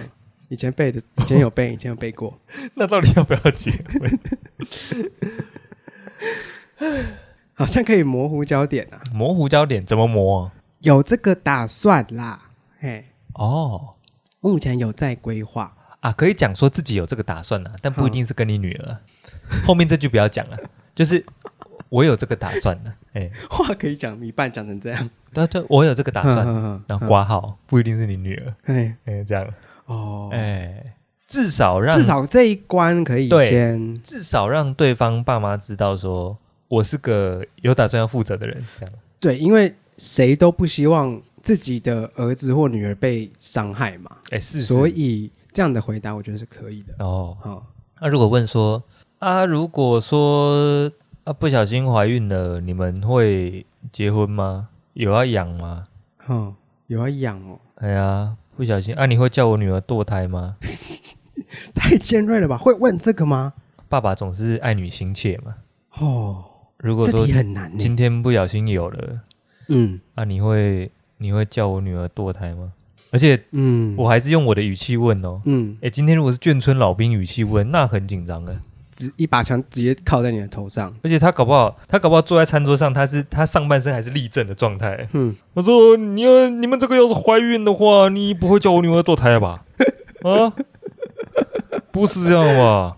以前背的，以前有背，以前有背过。那到底要不要结婚？好像可以模糊焦点啊，模糊焦点怎么磨？啊有这个打算啦，嘿，哦目前有在规划。啊，可以讲说自己有这个打算啊，但不一定是跟你女儿啊。后面这句不要讲了，就是我有这个打算呢。哎，话可以讲一半，讲成这样，嗯对对，我有这个打算，算然后，挂号嗯不一定是你女儿。哎，哎，这样，哦，哎，至少让至少这一关可以对先至少让对方爸妈知道说。我是个有打算要负责的人，这样对，因为谁都不希望自己的儿子或女儿被伤害嘛，哎、是是所以这样的回答我觉得是可以的。哦，哦，那、如果问说啊，如果说啊不小心怀孕了，你们会结婚吗？有要养吗？哦，有要养哦，哎呀，不小心啊，你会叫我女儿堕胎吗？太尖锐了吧？会问这个吗？爸爸总是爱女心切嘛。哦，如果这说题很难今呢。天不小心有了嗯啊，你会你会叫我女儿堕胎吗？而且嗯，我还是用我的语气问哦。嗯，哎，今天如果是眷村老兵语气问，那很紧张的。只一把枪直接靠在你的头上。而且他搞不好，他搞不好坐在餐桌上，他是他上半身还是立正的状态。嗯，我说你要你们这个要是怀孕的话，你不会叫我女儿堕胎吧？啊，不是这样吧？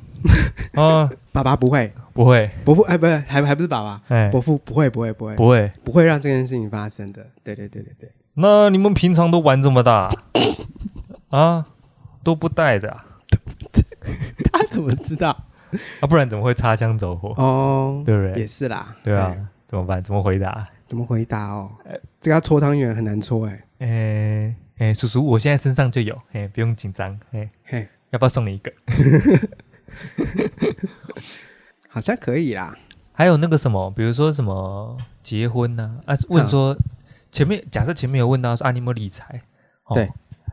啊，爸爸不会，不会，伯父哎，不是，还还不是爸爸，哎，伯父不会，不会，不会，不会。不会让这件事情发生的。对对对对对，那你们平常都玩这么大啊？都不带的啊， <laughs> 他怎么知道？啊不然怎么会擦枪走火？哦，对不也对？是啦。对哎啊，怎么办？怎么回答？怎么回答哦？这个要搓汤圆很难搓哎、哎哎，叔叔，我现在身上就有，哎，不用紧张，哎，嘿，要不要送你一个？好像可以啦。还有那个什么，比如说什么结婚呐、啊，问嗯说前面假设前面有问到说啊，你有没有理财？对，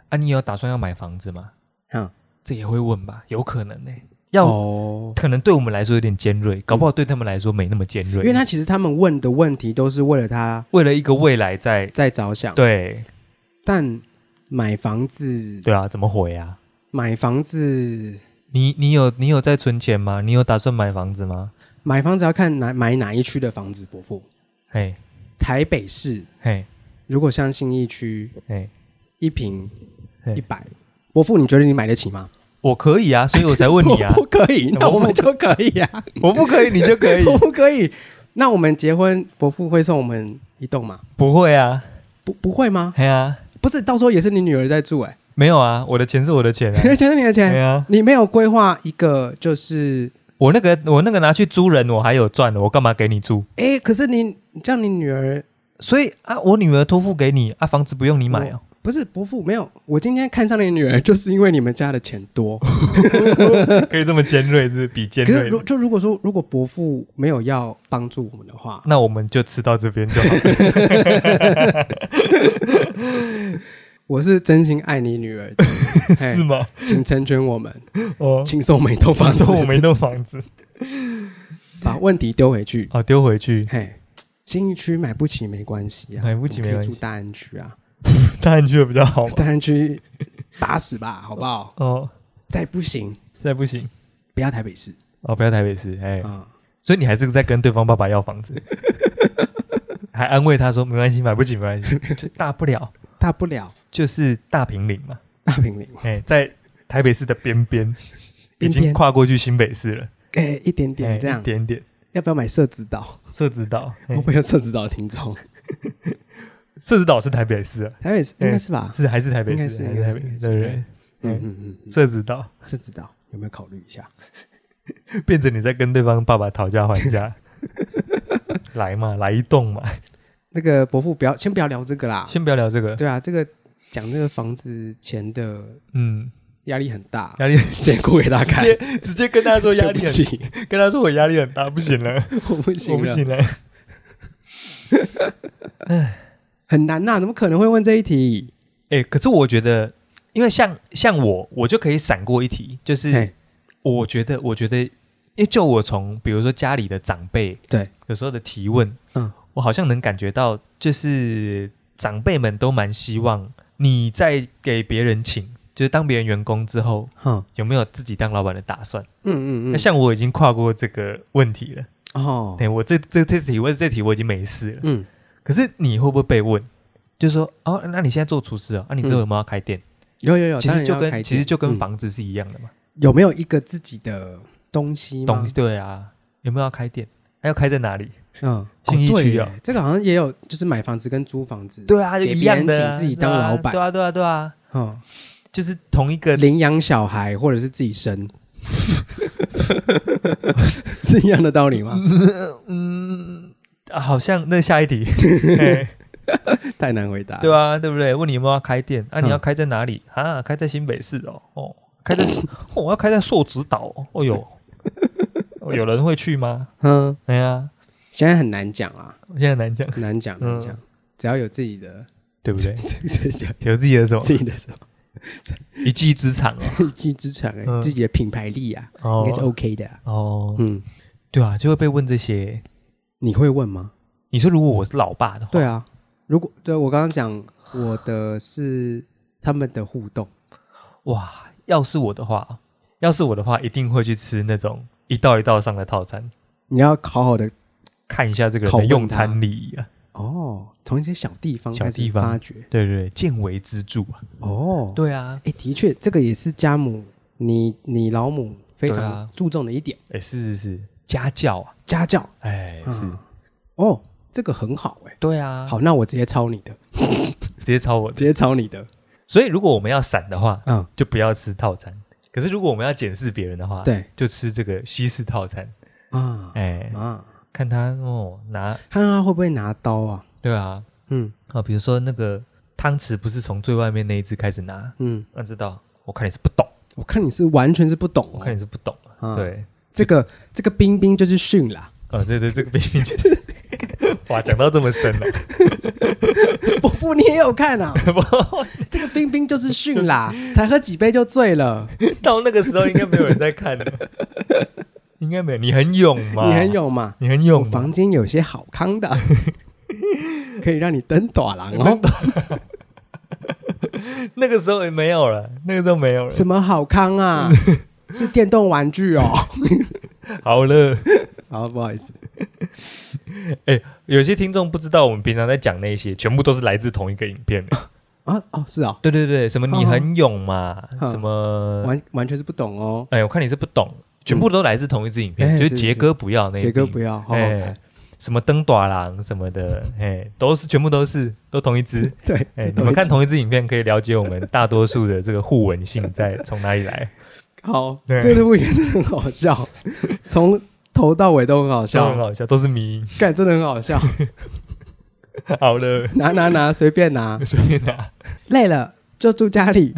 啊，你有打算要买房子吗？嗯，这也会问吧？有可能呢、要、哦，可能对我们来说有点尖锐，搞不好对他们来说没那么尖锐，因为他其实他们问的问题都是为了他为了一个未来在在着想，对但买房子，对啊，怎么回啊？买房子，你你有你有在存钱吗？你有打算买房子吗？买房子要看哪买哪一区的房子，伯父。嘿，台北市嘿，如果像信义区嘿，一平嘿一百，伯父，你觉得你买得起吗？，我可以啊，所 <laughs> 以我才问你 <laughs> 啊不可以，那我我们不就可以啊，我不可以，你就可以，我不可以。那我们结婚，伯父会送我们一栋吗？ <laughs> 不会啊，不，不会吗？嘿啊，不是，到时候也是你女儿在住哎、没有啊，我的钱是我的钱啊欸，， <laughs> 全是你的 <laughs> 嘿钱，啊，你没有规划一个就是我那个我那个拿去租人，我还有赚，我干嘛给你租？哎、可是你这样，你女儿所以啊，我女儿托付给你啊，房子不用你买哦。不是伯父没有。我今天看上你女儿，就是因为你们家的钱多。 <laughs> 可以这么尖锐，哦是比尖可是锐如的。就如果说，如果伯父没有要帮助我们的话，那我们就吃到这边就好。 <laughs> 我是真心爱你女 <laughs> 儿的，嘿是吗？请成全我们， <laughs> 哦，请送我们一栋我房子，说我没栋房子，把问题丢回去。哦，丢回 <laughs> 去。嘿，新一区买不起没关系啊，买不起我们没可以关系住大安区啊，大安区的比较好嘛。大安区打死吧，好不 <laughs> 好？哦，再不行，再不行，不要台北市哦，不要台北市，哎、啊。所以你还是在跟对方爸爸要房子， <laughs> 还安慰他说没关系，买不起没关系，就大不了大不了就是大平岭嘛，大平林，哎、在台北市的边边，已边经边跨过去新北市了，哎、一点哎点这样，一点点，要不要买社子岛？社子岛，哎会不会有社子岛的听众？ <laughs> 社子岛是台北市啊，台北市应该是吧？是还是台北应该市，是还应该台是北应该市，是对不对？嗯嗯嗯，社子岛社子岛有没有考虑一下？变成你在跟对方爸爸讨价还价， <laughs> 来嘛，来一栋嘛，那个伯父不要，先不要聊这个啦。先不要聊这个，对啊，这个讲这个房子钱的嗯，压力很大，压力直接哭给大直家看。接直接跟他说压对力不很起，跟他说我压力很大，不行了，我不我行不了，行了。啊很难呐、怎么可能会问这一题？哎、可是我觉得，因为像像我，我就可以闪过一题，就是嘿我觉得，我觉得，因为就我从比如说家里的长辈对有时候的提问，嗯，我好像能感觉到，就是长辈们都蛮希望你在给别人请，就是当别人员工之后，哼，有没有自己当老板的打算？嗯嗯那、嗯，像我已经跨过这个问题了，哦，对我这这这题我这题我已经没事了。嗯，可是你会不会被问？就是说，哦，那你现在做厨师啊？那、你之后有没有要开店？有有有，其哦当实然就要开跟店其实就跟嗯房子是一样的嘛。有没有一个自己的东西吗东西对啊，有没有要开店？还要开在哪里？嗯，信义区哦啊对耶这个好像也有，就是买房子跟租房子，对啊，就给一别人样的啊、请自己当对啊老板对啊，对啊，对啊，嗯，就是同一个。领养小孩或者是自己 <laughs> 生， <laughs> 是一样的道理吗？嗯，啊好像那下 <laughs> 一题，嘿太难回答，对？啊，对不对？问你有没有要开店？啊，嗯你要开在哪里？啊，开在新北市哦，哦，<laughs> 开在，哦我要开在硕子岛哦，哦哟，哦有人会去吗？嗯，哎呀，现在很难讲 <laughs> 啊，我现在很难讲，很难讲，嗯难讲。只要有自己的？对不 <laughs> 对自己的有自己的什么自己的什么一技之长哦一技之长欸嗯，自己的品牌力啊，应该是哦 OK 的啊。哦，嗯，对啊，就会被问这些。你会问吗？你说如果我是老爸的话，对啊，如果对我刚刚讲我的是他们的互动，哇，要是我的话，要是我的话，一定会去吃那种一道一道上的套餐，你要好好的看一下这个人拷的问用他餐礼仪啊。哦，从一些小地方小开始地方发掘对对对，见微知著啊。哦。对啊，哎，的确，这个也是家母，你你老母非对常啊注重的一点，哎，是是是，家教啊，家教哎是，嗯哦，这个很好哎。对啊，好，那我直接抄你的，直接抄我的。直接抄你的。所以如果我们要闪的话，嗯，就不要吃套餐。可是如果我们要检视别人的话，，对就吃这个西式套餐。啊哎，啊，看他哦拿，看他会不会拿刀啊？对啊，嗯啊，比如说那个汤匙不是从最外面那一只开始拿，嗯，那知道，我看你是不懂，我看你是完全是不懂我哦看。你是不懂，啊，对， <laughs> 哦这个这个冰冰就是训啦，啊，对对，这个冰冰就是，哇，讲到这么深了，伯父，你也有看 <laughs> 啊？这个冰冰就是训啦，才喝几杯就醉了。到那个时候应该没有人在看的，应该没有。你很勇嘛？你很，勇嘛？你很我勇嘛。房间有些好康 <laughs> 的，可以让你登短廊哎哦。那个时候也没有了，那个时候没有了。什么好康 <laughs> 啊？是电动玩具哦。好了，好，不好意思，有些听众不知道，我们平常在讲那些，全部都是来自同一个影片。啊哦，是哦，对对对，什么你很勇嘛，嗯什么，完完全是不懂哦。哎，我看你是不懂，全部都来自同一支影哎片，就是是杰哥不要那一支杰哥影片不要，哦好好哎看。，什么灯短郎什么的，哎，都是全部都是都同一只。对，哎、这你都们一看直同一支影片可以了解我们大多数的这个互文性 <laughs> 在从哪里来，好，对这部也是很好笑，从头到尾都很好都很笑，好笑，都是迷因。干真的很好笑，好了，拿拿拿，随便拿，随便拿，累了就住家 <laughs> 里，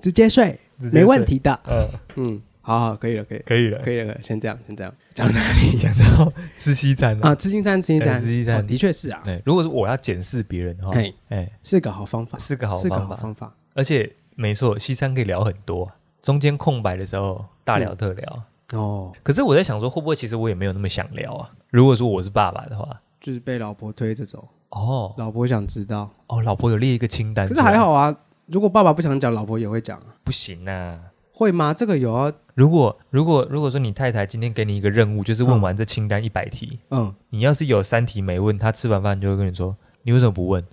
直接睡，直接没问睡。题的。嗯，嗯，好好，可以了，可以了，可以了可。以了，可以了，先这样，先这样，讲哪里？讲到吃西餐了、啊，吃西餐，吃西哎餐，吃西餐哦的确是啊，对，如果是我要检视别人的话，哎哎、是个好方法，是个好是个方好法，哦方法。而且没错，西餐可以聊很多啊，中间空白的时候大嗯聊特聊。哦，可是我在想说，会不会其实我也没有那么想聊啊？如果说我是爸爸的话，就是被老婆推着走，哦老婆想知道，哦，老婆有列一个清单可是出来，还好啊，如果爸爸不想讲，老婆也会讲啊，不行啊。会吗？这个有啊，如果如果如果说你太太今天给你一个任务，就是问完这清单一百题，嗯，你要是有三题没问，她吃完饭就会跟你说，你为什么不问？ <laughs>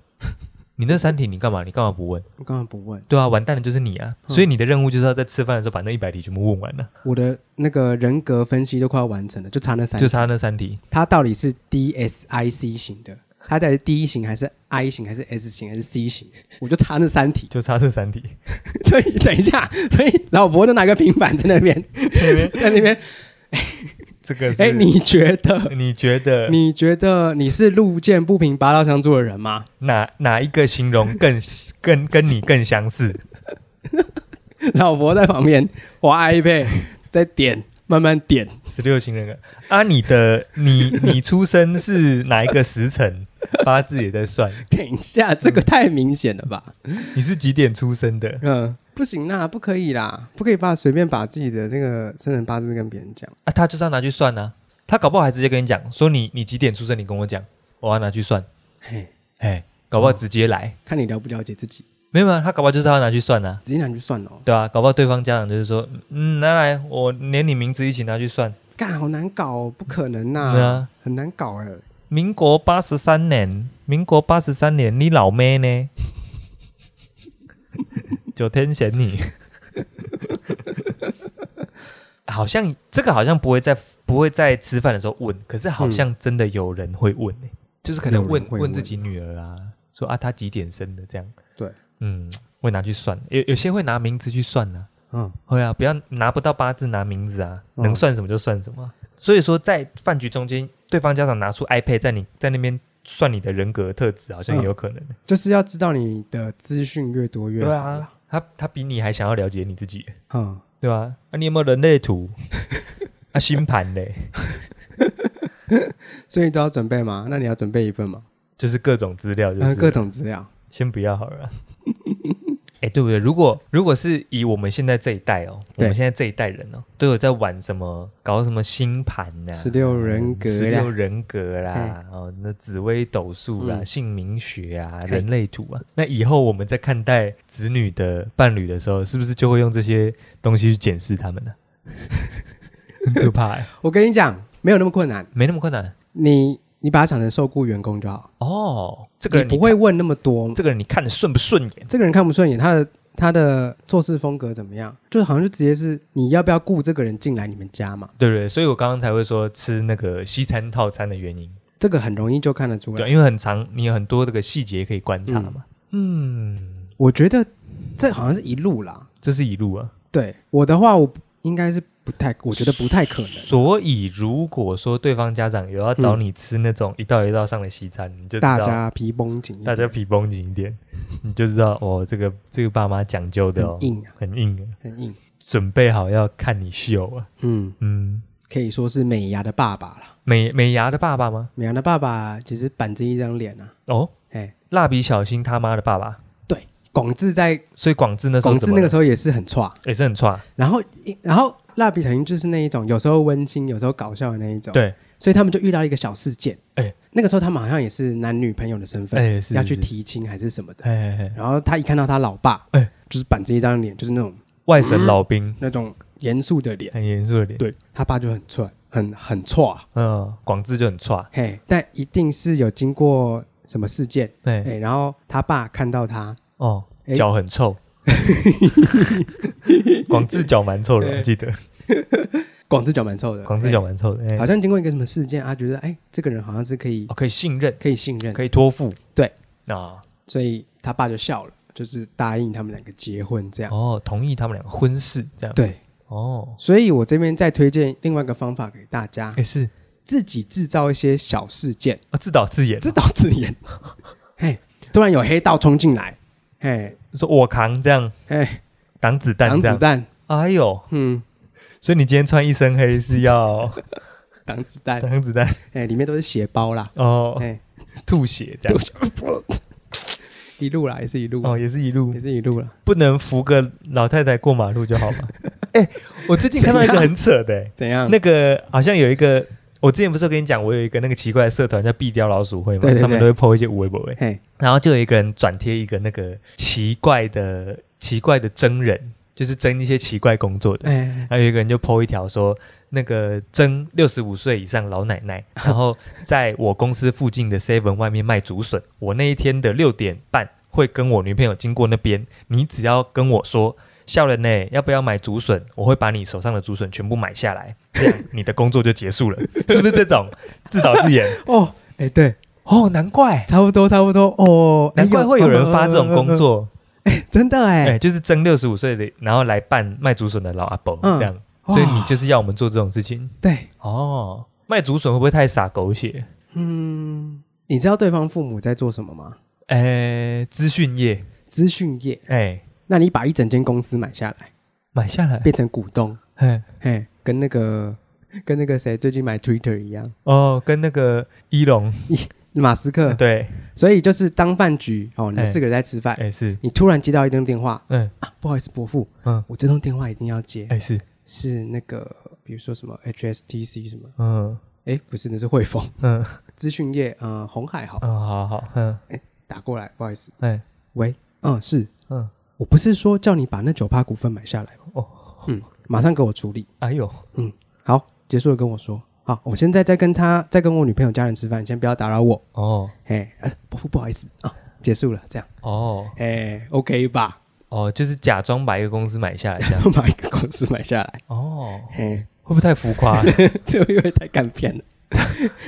你那三题你干嘛？你干嘛不问？我刚刚不问。对啊，完蛋的就是你啊！嗯所以你的任务就是要在吃饭的时候把那一百题全部问完了，我的那个人格分析都快要完成了，就差那三就题，差那三题。他到底是 DSIC 型的，他到底是 D 型还是 I 型还是 S 型还是 C 型？我就差那三题。 <laughs> 就差这三题， <laughs> 所以等一下，所以老伯就拿个平板在那边， <laughs> 在那边，这个是哎，你觉得？你觉得你觉得你是路见不平拔刀相助的人吗？哪哪一个形容更更跟你更相似？老伯在旁边滑 iPad，在点，慢慢点。十六型人格啊，你的你你出生是哪一个时辰？八字也在算，等一下，这个太明显了吧？你是几点出生的？嗯，不行啦，不可以啦，不可以把随便把自己的那个生辰八字跟别人讲。啊，他就是要拿去算呐、啊。他搞不好还直接跟你讲说你你几点出生，你跟我讲，我要拿去算。嘿，哎，搞不好直接来，看你了不了解自己，没有没有，他搞不好就是要拿去算呐、啊，直接拿去算了哦。对啊，搞不好对方家长就是说，嗯，拿来，我连你名字一起拿去算。干，好难搞、哦，不可能呐、对啊，很难搞哎、民国八十三年，民国八十三年，你老妹呢？ <laughs> 九天玄女， <laughs> 好像这个好像不会在不会在吃饭的时候问，可是好像真的有人会问、欸就是可能有问人会问问自己女儿啊，说啊她几点生的这样，对，嗯，会拿去算，有有些会拿名字去算呢、嗯，会啊，不要拿不到八字拿名字啊，嗯能算什么就算什么啊、所以说，在饭局中间，对方家长拿出 iPad 在你在那边算你的人格特质，好像嗯也有可能。就是要知道你的资讯越多越好对啦。啊，他他比你还想要了解你自己，嗯，对吧、啊？你有没有人类图？ <laughs> 啊，星盘嘞，所以都要准备吗？那你要准备一份吗？就是各种资料，就嗯，是各种资料。先不要好了啊。 <laughs> 哎、对不对？如果如果是以我们现在这一代哦，我对们现在这一代人哦，都有在玩什么，搞什么星盘啊呐、十六人格十六啦，人格啦，哦，那紫微斗数啦、嗯姓名学啊、嘿人类图啊，那以后我们在看待子女的伴侣的时候，是不是就会用这些东西去检视他 <laughs> 们呢？很可怕、欸，我跟你讲，没有那么困难。没那么困难你你把它想成受雇员工就好，哦。这个你人不看会问那么多。这个人你看的顺不顺眼？这个人看不顺眼，他的他的做事风格怎么样？就好像就直接是你要不要雇这个人进来你们家嘛？对不对？所以我刚刚才会说吃那个西餐套餐的原因，这个很容易就看得出来。对，因为很长，你有很多这个细节可以观察嘛。嗯我觉得这好像是一路啦。这是一路啊。对我的话，我应该是不太，我觉得不太可能。所以，如果说对方家长有要找你吃那种一道一道上的西餐，你就知道大家皮绷紧一点，大家皮绷紧一 <laughs> 点，你就知道哦，这个这个爸妈讲究的哦很，硬啊，很硬啊，很硬。准备好要看你秀啊。嗯，嗯，可以说是美牙的爸爸了。美美牙的爸爸吗？美牙的爸爸其实板着一张脸啊，哦，哎，蜡笔小新他妈的爸爸，对，广志在所以广志那时候广怎志么那个了时候也是很差，也是很差，然后然后蜡笔小新就是那一种有时候温馨，有时候搞笑的那一种，，对，所以他们就遇到一个小事件，哎那个时候他们好像也是男女朋友的身份，哎是要去是提亲还是什么的，哎哎哎，然后他一看到他老爸，哎就是板着一张脸，就是那种外省老兵，那种严肃的脸，很严肃的脸，对他爸就很帅，很很错、啊，嗯，广志就很差，嘿，但一定是有经过什么事件，哎，哎，然后他爸看到他，哦哎，脚 <laughs> 很臭，广志脚蛮臭的，我记得广志角蛮臭的，广志脚蛮臭的，哎哎好像经过一个什么事件，他觉得哎，这个人好像是可以哦可以信任，可以信任，可以托付，对啊，所以他爸就笑了，就是答应他们两个结婚这样。哦，同意他们两个婚事这样，，对，哦，所以我这边再推荐另外一个方法给大家，也是自己制造一些小事件，哦自导自演，自导自演。 <laughs> 嘿，突然有黑道冲进来，嘿，说我扛这样嘿，挡子弹挡这子样，弹，哎呦，嗯，所以你今天穿一身黑 <laughs> 是要挡子弹，挡子弹哎，里面都是血包啦， <laughs> 哦，哎，吐血这样吐，一路啦，也是一路，哦，也是一路也是一路啦。不能扶个老太太过马路就 <laughs> 好吗？我最近看到一个很扯的、欸，怎样？那个好像有一个，我之前不是有跟你讲，我有一个那个奇怪的社团叫“壁雕老鼠会”嘛，对对对上面都会 PO 一些无微不微，嘿，然后就有一个人转贴一个那个奇怪的奇怪的真人，就是真一些奇怪工作的。哎，还有一个人就 PO 一条说，那个征六十五岁以上老奶奶，然后在我公司附近的 Seven 外面卖竹笋。我那一天的六点半会跟我女朋友经过那边，你只要跟我说笑人呢，要不要买竹笋？我会把你手上的竹笋全部买下来，这样你的工作就结束了，是不是这种自导自演？哦，哎，对， <laughs> 哦，难怪。差不多，差不多，哦，哎 <laughs> 难怪呦会有人发这种工，作，嗯嗯嗯真的哎、哎，就是争六十五岁的，然后来扮卖竹笋的老阿伯、嗯这样，所以哇你就是要我们做这种事情。对，哦，卖竹笋会不会太洒狗血？嗯，你知道对方父母在做什么吗？诶，资讯业，资讯业，诶，那你把一整间公司买下 <laughs> 来，哎买下来，变成股东，嘿，嘿，跟那个跟那个谁最近买 Twitter 一样，哦，跟那个一龙，马斯克。对，所以就是当饭局哦，你们哎四个人在吃饭，诶，是，你突然接到一通电话嗯啊，不好意思，伯父，嗯，我这通电话一定要接，诶，是，是那个比如说什么 HSTC 什么，嗯哎，不是，那是汇 <laughs> 丰嗯资讯业，呃，红海好，嗯，好好，嗯，打过来，不好意思，诶，喂，嗯，是嗯，我不是说叫你把那九趴股份买下来吗？哦，嗯，马上给我处理，哎呦，嗯，好，结束了跟我说，好，我现在在跟他在跟我女朋友家人吃饭，你先不要打扰我，哦哎，呃伯父不好意思啊，结束了，这样，哦哎，OK 吧？ <laughs> 哦，就是假装把一个公司买下来这样，把一个公司买下来， <laughs> 哦，嘿， <laughs> 会不会太浮 <laughs> 夸？这因为太干片了，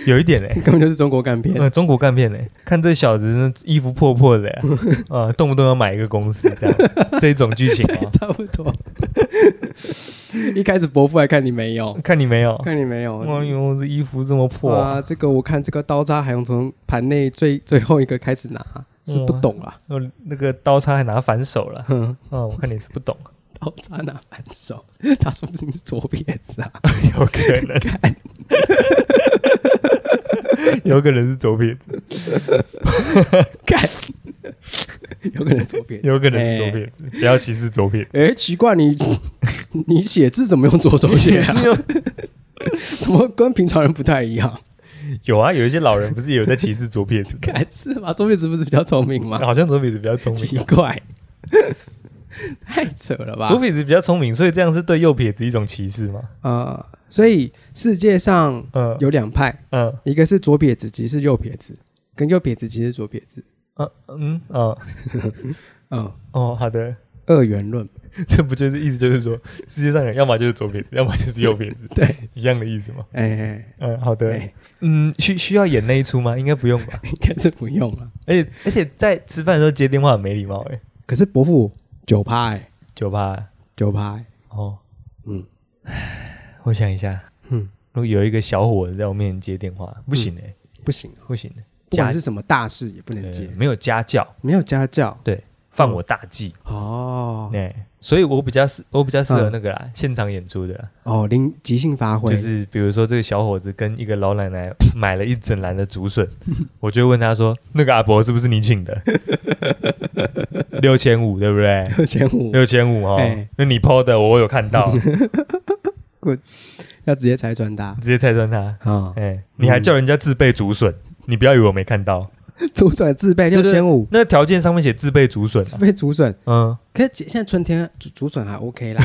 有一点嘞。根本就是中国干片。呃，中国干片嘞，看这小子那衣服破破的 <laughs> 呀，呃，动不动要买一个公司这 <laughs> 样，这种剧情哦，差不多， <laughs> 一开始伯父还看你没有，看你没有，看你没有，哎呦，这衣服这么破、啊，哇，这个我看这个刀叉还用从盘内最最后一个开始拿，是不哇懂啊，呃那个刀叉还拿反手了。哼，哦，我看你是不懂， <laughs> 刀叉拿反手， <laughs> 他说不定是左撇子啊， <laughs> 有可能， <laughs> 有可能是左撇 <laughs> 子，看， <laughs> 有可能左撇子，有可能是左撇子，不要歧视左撇子。哎、哎奇怪， <laughs> 你你写字怎么用左手写啊？ <laughs> 怎么跟平常人不太一样？有啊，有一些老人不是也有在歧视左撇 <laughs> 子的，看是吗？左撇子不是比较聪明吗？好像左撇子比较聪 <laughs> 奇明，怪， <laughs> 太扯了吧？左撇子比较聪明，所以这样是对右撇子一种歧视吗？呃，所以世界上嗯有两派，嗯一个是左撇子，即是右撇子，跟右撇子即是左撇子。嗯嗯哦嗯，哦，好的， <laughs> 二元论。这不就是意思就是说，世界上人要么就是左撇子，要么就是右撇子， <laughs> 对，一样的意思吗？哎、哎嗯，好的。哎嗯，需需要演那一出吗？应该不用吧。应该是不用了。而且而且在吃饭的时候接电话很没礼貌哎、欸，可是伯父九趴哎，酒吧九趴哎，哦，嗯我想一下，嗯，如果有一个小伙子在我面前接电话，不行哎、欸，不行，不行欸的，不管家是什么大事也不能呃接，没有家教，没有家教对，犯我大忌哦。哎、所以我比较适，我比较适合那个啦，现场演出的啦，哦，临即兴发挥，就是比如说这个小伙子跟一个老奶奶 <laughs> 买了一整篮的竹笋， <laughs> 我就会问他说：“那个阿伯是不是你请的？ <laughs> 六千五对不对？六千五，六千五哦哎，那你 PO 的我有看到，直要直接拆穿搭接拆穿他。啊！哎、你还叫人家自备竹笋，你不要以为我没看到，竹笋自备对六对千五，那条件上面写自备竹笋、自啊，备竹笋。嗯，可是现在春天竹竹笋还 OK <laughs> 啦，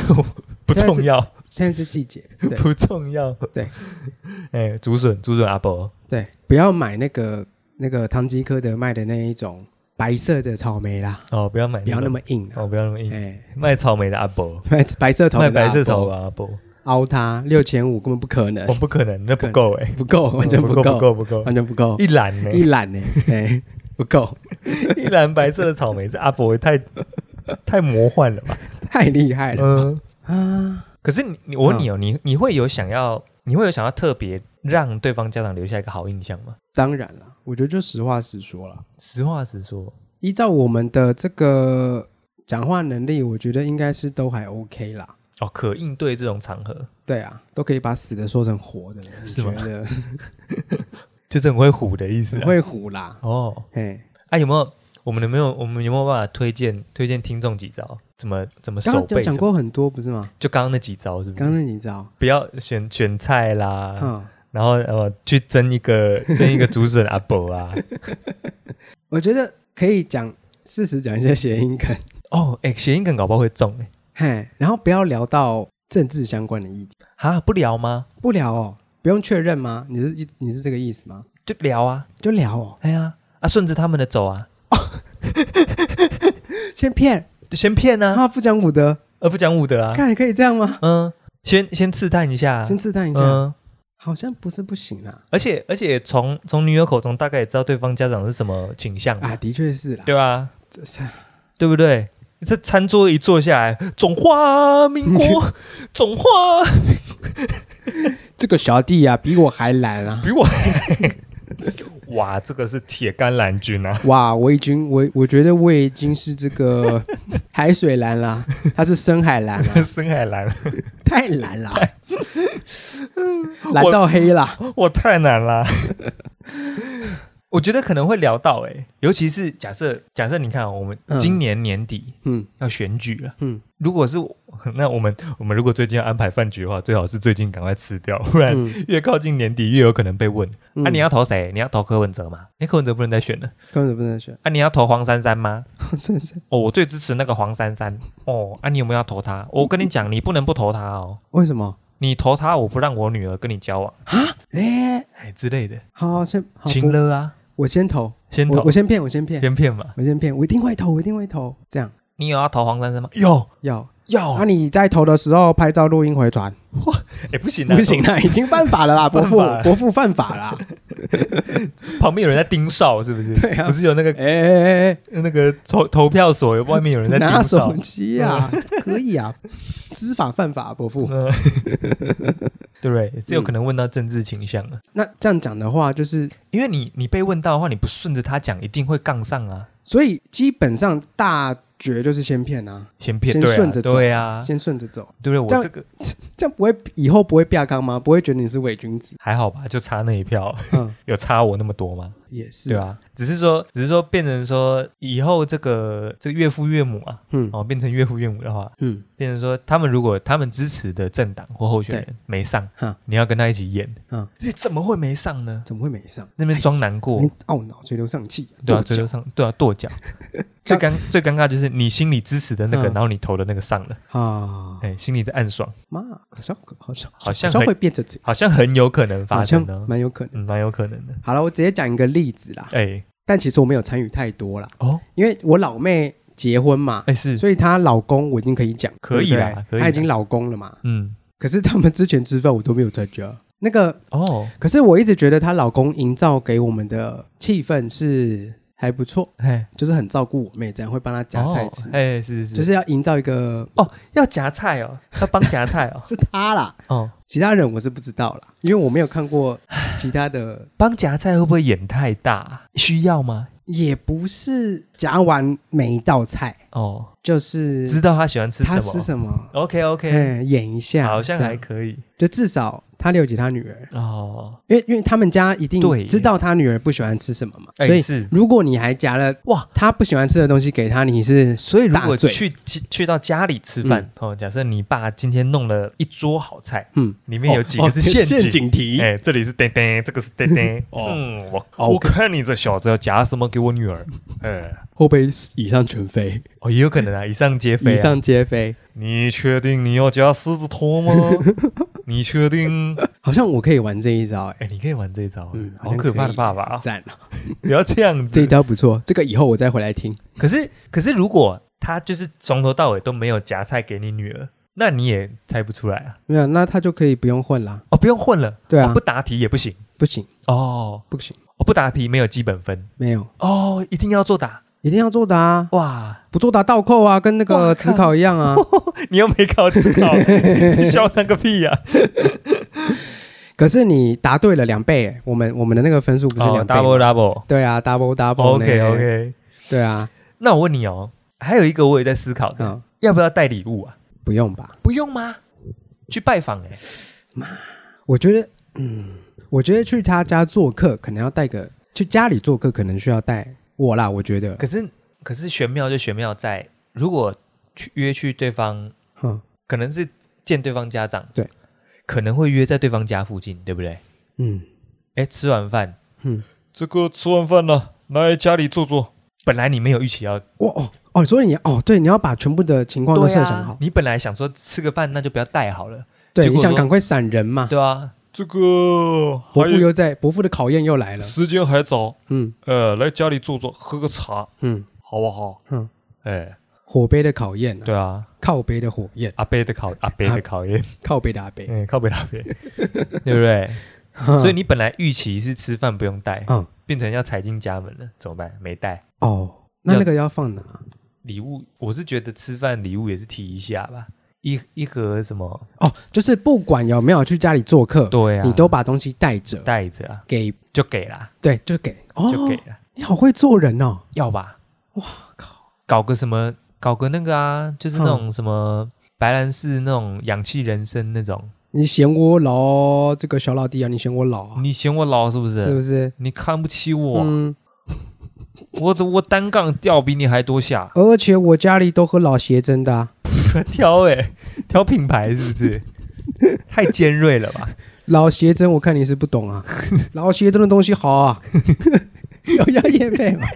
不重要，现在是季节，对不重要，对，哎、竹笋，竹笋阿伯，对，不要买那个那个唐吉诃德卖的那一种白色的草莓啦，哦，不要买、不要那，么硬啊，哦，不要那么硬，哎，卖草莓的阿伯，卖白色草莓卖的阿白伯，色草莓啊的阿伯，凹它六千五根本不可能我、，不可能，那不够哎、不够，完全不够，不够，不够，完全不够，一 <laughs> 篮呢、一篮呢，哎，不够，一篮白色的草莓，这阿伯也太太魔幻了吧？太厉害了嗯，啊！可是你，你我问你嗯哦，你你会有想要，你会有想要特别让对方家长留下一个好印象吗？当然了，我觉得就实话实说了。实话实说，依照我们的这个讲话能力，我觉得应该是都还 OK 啦。哦，可应对这种场合，对啊，都可以把死的说成活的，你是觉吗 <laughs> 得就是很会唬的意思、很啊。会唬啦？哦，嘿，啊，有没有我们有没有我们有没有办法推荐推荐听众几招？怎么怎么刚手刚有背什嗯讲么？过很多不是吗？就刚刚那几招是不是？刚刚你知道，不要选选菜啦，嗯，然后呃去蒸一个 <laughs> 蒸一个竹笋阿 <laughs> 伯啊。我觉得可以讲事实，讲一些谐音梗，哦，哎、谐音梗搞不好会中哎、嘿，然后不要聊到政治相关的议题，哈，不聊吗？不聊哦，不用确认吗？你是你是这个意思吗？就聊啊，就聊哦，哎呀啊，顺着他们的走啊，先骗，就先骗然后啊，不讲武德，而不讲武德啊，看你可以这样吗？嗯，先先刺探一下啊，先试探一下，嗯。好像不是不行啊啦。而且而且从从女友口中大概也知道对方家长是什么倾向嘛啊，的确是啦，嗯对吧？这是对不对？这餐桌一坐下来，中华民 <laughs> 国，中华这个小弟啊，比我还懒 <laughs> 啊！比我，哇，这个是铁杆蓝军 <laughs> 啊！哇，我已经我我觉得我已经是这 <laughs> 个海水蓝啦，他是深海蓝啦，深海蓝，太蓝啦， <laughs> 蓝到黑啦，我太难啦。我觉得可能会聊到哎、尤其是假设假设你看啊、我们嗯今年年底嗯要选举了，嗯如果是我 <laughs> 那我们我们如果最近要安排饭局的话，最好是最近赶快吃掉， <laughs> 不然嗯，越靠近年底越有可能被问。嗯啊，你要投谁？你要投柯文哲吗？哎、柯文哲不能再选了。根本不能选， <laughs> 啊，你要投黄珊珊吗？真是哦，我最支持那个黄珊珊。哦，啊，你有没有要投她？我跟你 <laughs> 讲，你不能不投她哦。为什么？你投她，我不让我女儿跟你交往，哎、哎之类的，好，先好情不，了啊，我先投，先我投我，先骗，我先骗，先骗嘛。我先骗，我一定会投，我一定会投，这样你有要投黄珊珊吗？有要。要那、你在投的时候拍照、录音、回传， <laughs> 哎，不行啊，不行 <laughs> 啦，已经犯法了啦，伯父犯法了，伯父犯法 <laughs> 啦。旁边有人在盯哨，是不是？对啊不是有那个哎哎哎哎，那个投投票所外面有人在盯拿哨手。机 <laughs> 啊，可以啊，知法犯法，伯父。嗯对 <laughs> 不对？也是有可能问到政治倾向啊，那这样讲的话，就是因为你你被问到的话，你不顺着他讲，一定会杠上啊，所以基本上大绝就是先骗啊，先骗，先对啊顺着走对啊，先顺着走，对这不对？我样这个这样不会以后不会变刚吗？不会觉得你是伪君 <laughs> 子？还好吧，就差那一票， <laughs> 嗯，有差我那么多吗？也是对啊，啊，只是说，只是说变成说以后这个这个岳父岳母啊，嗯哦，变成岳父岳母的话，嗯，变成说他们如果他们支持的政党或候选人没上哈，你要跟他一起演，嗯你怎么会没上呢？怎么会没上？那边装难过你，懊恼，垂头丧气，对啊，跺脚最后上对啊 <laughs> 跺脚。最尴最尴尬就是你心里支持的那个，嗯然后你投的那个上了，啊，哎，心里在暗爽，妈，好像好像好像好像很会变成这，好像很有可能好发像生的，蛮有可能。嗯，蛮有可能的。好了，我直接讲一个例子啦，哎，但其实我没有参与太多啦，哦，因为我老妹结婚嘛，哎是，所以她老公我已经可以讲，可以对不对啦可以啦她已经老公了嘛。嗯，可是他们之前吃饭我都没有参加。那个，哦，可是我一直觉得她老公营造给我们的气氛是还不错，哎，就是很照顾我妹，这样会帮她夹菜吃哦，哎，是是，就是是要营造一个，哦，要夹菜哦，要帮夹菜哦 <laughs> 是她啦，哦，其他人我是不知道啦，因为我没有看过其他的。帮夹菜会不会演太大？需要吗？也不是讲完每一道菜，哦，就是知道他喜欢吃什他么。吃什么， OK OK，、嗯，演一下，好像这样还可以就至少他了解他女儿，哦。因为因为他们家一定对耶知道他女儿不喜欢吃什么嘛，哎所以是如果你还夹了哇，他不喜欢吃的东西给他，你是所以如大果罪去去去到家里吃饭、哦，假设你爸今天弄了一桌好菜，嗯，里面有几哦个是陷阱。哦陷阱题，哎、这里是叮叮，这个是叮叮。哦嗯，我哦我看你这小子要夹什么给我女儿？哎，会不会以上全非？哦，也有可 <laughs> 能啊，以上皆非、啊。以上皆非。你确定你要夹狮子头 <laughs> 吗？你确定？好像我可以玩这一招、哎，哎、你可以玩这一招啊、嗯好好像可怕可的以爸爸啊！赞了，不要这样这一子。招不错，这个以后我再回来听。可是，可是如果他就是从头到尾都没有夹菜给你女儿，那你也猜不出来啊！没有，那他就可以不用混啦。哦，不用混了，对啊，哦不答题也不行不行，哦不行，哦，不答题没有基本分没有，哦，一定要作答一定要作答、啊，哇！不作答倒扣啊，跟那哇个靠职考一样啊。你又没考自 <laughs> 考，你嚣张个屁呀、可是你答对了两倍、哎我们我们的那个分数不是哦两倍吗、 ，double double，OK 对啊，double double 呢 OK OK。对啊，那我问你哦，还有一个我也在思考的，嗯，要不要带礼物啊？不用吧？不用吗？去拜访哎、我觉得，嗯，我觉得去他家做客可能要带个，去家里做客可能需要带我啦，我觉得，可是可是玄妙就玄妙在，如果去约去对方，嗯可能是见对方家长，对，可能会约在对方家附近，对不对？嗯哎，吃完饭，嗯，这个吃完饭了，来家里坐坐。本来你没有预期要哇哦哦，所以你哦，对，你要把全部的情况都设想好，你本来想说吃个饭那就不要带好了，对,、结果你想说赶快闪人嘛，对啊，这个伯父又在，伯父的考验又来了，时间还早，嗯呃，来家里坐坐，喝个茶嗯好不好？嗯，哎，火杯的考验、啊，对啊，靠杯的火焰，阿贝的考阿贝的考验，靠杯的阿杯，嗯，靠北阿贝， <laughs> 对不对？所以你本来预期是吃饭不用带，嗯变成要踩进家门了，怎么办？没带哦，那那个要放哪？礼物，我是觉得吃饭礼物也是提一下吧，一一盒什么？哦，就是不管有没有去家里做客，对啊，你都把东西带着，带着啊，给就给啦，对就给，哦，就给啦，你好会做人哦，要吧？哇靠，搞个什么？搞个那个啊，就是那种什么白兰氏那种氧气人参那种，你嫌我老，这个小老弟啊，你嫌我老啊，你嫌我老是不是是？不是？你看不起我，嗯，我我单杠吊比你还多下，而且我家里都喝老鞋真的啊，挑哎、欸 <laughs> 挑品牌是 <laughs> 不是？太尖锐了吧？老鞋真我看你是不懂 <laughs> 啊，老鞋真的东西好啊， <laughs> 有要叶配 <laughs> 吗？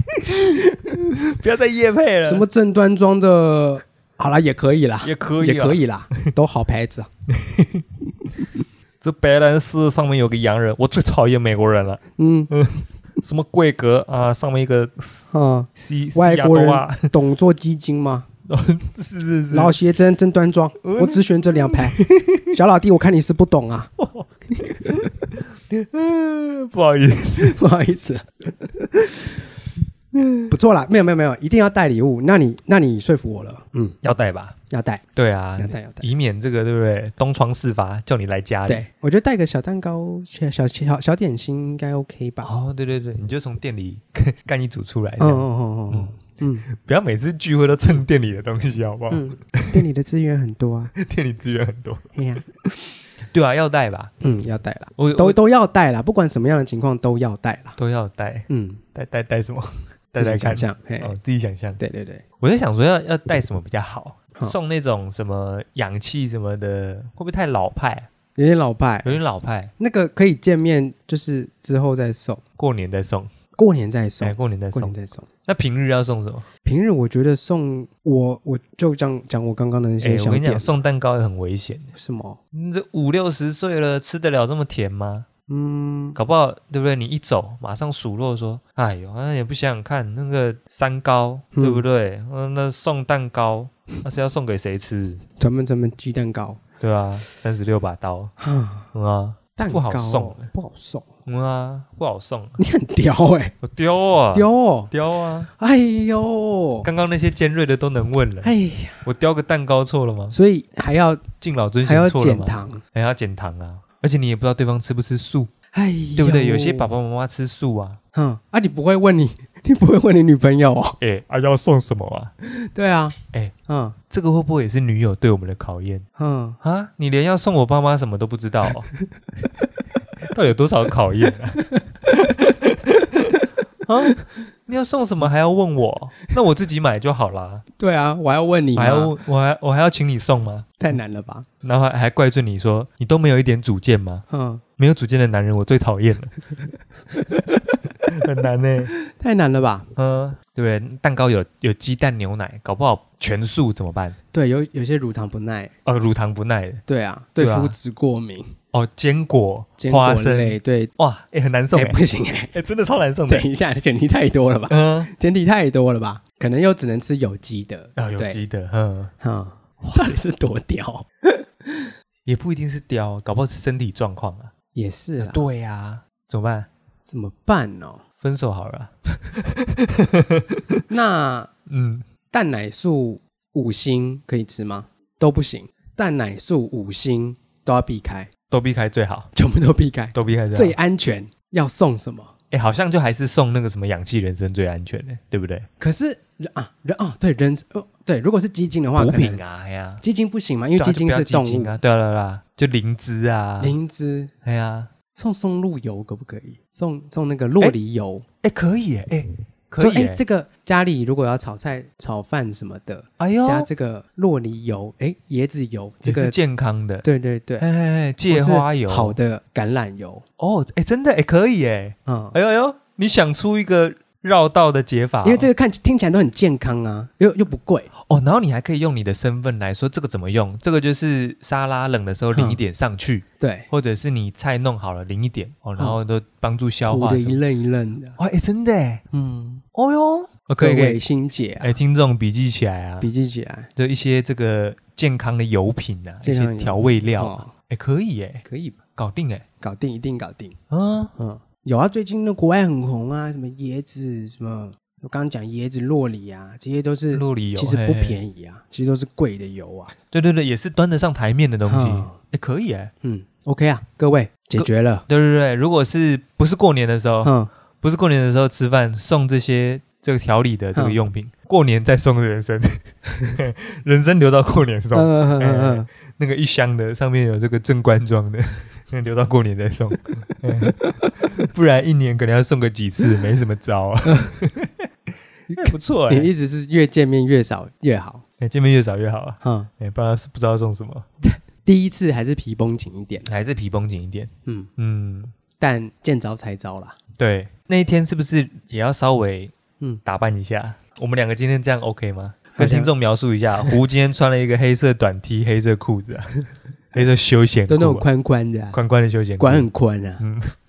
不要再夜配了，什么正端庄的，好啦，也可以啦，也可以、啊也可。以啦，都好牌子啊，这白兰氏上面有个洋人，我最讨厌美国人了。 <laughs> 嗯什么贵格啊，上面一个啊，西西外亚国多人啊，懂做基金吗？ <laughs> 是是是，老鞋真真端庄，嗯我只选这两 <laughs> 排。小老弟，我看你是不懂啊， <laughs> 嗯不好意思，不好意思。不错啦，没有没有没有，一定要带礼物。那你那你说服我了，嗯，要带吧？ <laughs> 要带对啊啊要，带要带。以免这个对不对？东窗事发，叫你来家里。对，我觉得带个小蛋糕、小小小小点心应该 OK 吧？哦，对对对，你就从店里 <laughs> 干一组出来，这嗯样嗯哦嗯嗯不要每次聚会都蹭店里的东西，好不好？嗯嗯，店里的资源很多 <laughs> 啊，店里资源很多。哎呀，对啊，要带吧？嗯，要带啦，我都我都要带啦，不管什么样的情况都要带啦。都要带，嗯，带带带什么？<laughs> 带自带己看想。象，嘿，哦，自己想象。对对对，我在想说要要带什么比较好，好送那种什么氧气什么的，会不会太老派啊？有点老派有，点老派，那个可以见面，就是之后再送。过年再送，过年再送哎，，过年再过年送。再送。那平日要送什么？平日我觉得送我，我就这样讲我刚刚的那哎些，我小跟你点讲，，送蛋糕也很危险。什么，你这五六十岁了，吃得了这么甜吗？嗯，搞不好对不对？你一走，马上数落说：“哎呦，那也不想想看，那个三高嗯对不对？嗯，那送蛋糕，那是要送给谁吃？咱们咱们鸡蛋糕对啊，三十六把刀，啊，嗯啊，蛋不糕好哦送，不好送，嗯啊，不好送，你很屌 <laughs> 哎，我丢啊，屌哦，丢啊！哎呦，刚刚那些尖锐的都能问了，哎呀，我雕个蛋糕错了吗？所以还要敬老尊还贤要错了减吗？糖，还要减糖啊！而且你也不知道对方吃不吃素，哎，对不对？有些爸，爸妈妈吃素啊，嗯，啊，你不会问你 <laughs> 你不会问你女朋友哦？哎、啊，要送什么啊？对啊，哎嗯这个会不会也是女友对我们的考验嗯，啊？你连要送我爸妈什么都不知道 <laughs> 哦，到底有多少考验 <laughs> 啊？啊，你要送什么还要问我？那我自己买就好啦。对啊，我还要问你我吗，还要问我还我还要请你送吗？太难了吧？然后还还怪罪你说你都没有一点主见吗？嗯，没有主见的男人我最讨厌了，很难呢、 <laughs> 太难了吧？嗯，对不对？蛋糕有有鸡蛋、牛奶，搞不好全素怎么办？对，有有些乳糖不耐，呃，乳糖不耐的对啊，对对啊肤质过敏，哦，坚果、坚花果生，类，对，哇，哎、很难送哎、哎、不行哎、哎真的超难送的等。一下，前提太多了 <laughs> 吧？嗯， <laughs> 前提太多了吧？可能又只能吃有机的，啊，有对，机的，嗯，嗯，到底是多屌？也不一定是雕，搞不好是身体状况啊。也是啦，对呀、怎么办？怎么办 <laughs> 哦？分手好了啊。那嗯，蛋奶素五星可以吃吗？都不行，蛋奶素五星都要避开，都避开最好，全部都避开，都避开最最啊好。安全。要送什么？哎、好像就还是送那个什么氧气人参最安全的、对不对？可是人啊人啊，对人哦对，如果是鸡精的话，补可能品啊，哎呀、鸡精不行嘛，因为对啊鸡就精不要是动鸡精物，啊，对啊对啊对啊，就灵芝啊，灵芝哎呀，送松露油可不可以？送送那个洛梨油，哎，可以哎，哎，可就以哎哎，这个家里如果要炒菜、炒饭什么的，哎呦，加这个洛梨油，哎椰子油，这也是个健康的，对对对，哎哎，哎芥或是花油，好的橄榄油，哦，哎，真的哎，可以哎，嗯，哎呦哎呦，你想出一个绕道的解法哦，因为这个看听起来都很健康啊，又又不贵，哦，然后你还可以用你的身份来说这个怎么用，这个就是沙拉冷的时候淋一点上去，对，或者是你菜弄好了淋一点哦，然后都帮助消嗯糊化的什一么。愣一愣的，哇，哎，真的哎，嗯，哦哟，哦可各以可位嗯以，心姐啊哎，听众笔记起来啊，笔记起来，就一些这个健康的油品啊，一健康的油些调味料啊，哦，哎，可以哎，可以吧？搞定哎，搞定，一定搞定。嗯，嗯，有啊，最近那国外很红啊，什么椰子，什么我刚刚讲椰子、洛梨啊，这些都是洛嗯里油其实不嘿嘿便宜啊，其实都是贵的油啊。对对对，也是端得上台面的东西，哎、嗯可以哎，嗯，OK 啊，各位解决了。对对对，如果是不是过年的时候，嗯，不是过年的时候吃饭送这些这个调理的这个嗯用品，过年再送人参， <laughs> 人参留到过年送，嗯嗯哎嗯那个一箱的上面有这个正官装的，那留到过年再送， <laughs> 不然一年可能要送个几次，没什么招啊。哎不错哎、嗯，你一直是越见面越少越好。哎见面越少越好啊，嗯，哎、不然不知道送什么，第一次还是皮绷紧一点。还是皮绷紧一点，嗯，嗯。但见招拆招啦。对，那一天是不是也要稍微嗯嗯打扮一下？我们两个今天这样 OK 吗？好跟像听众描述 <laughs> 一下，胡今天穿了一个黑色短 T、黑色裤子、啊，黑色休闲裤、都啊，那种宽宽的、啊，宽宽的休闲裤。管很宽啊。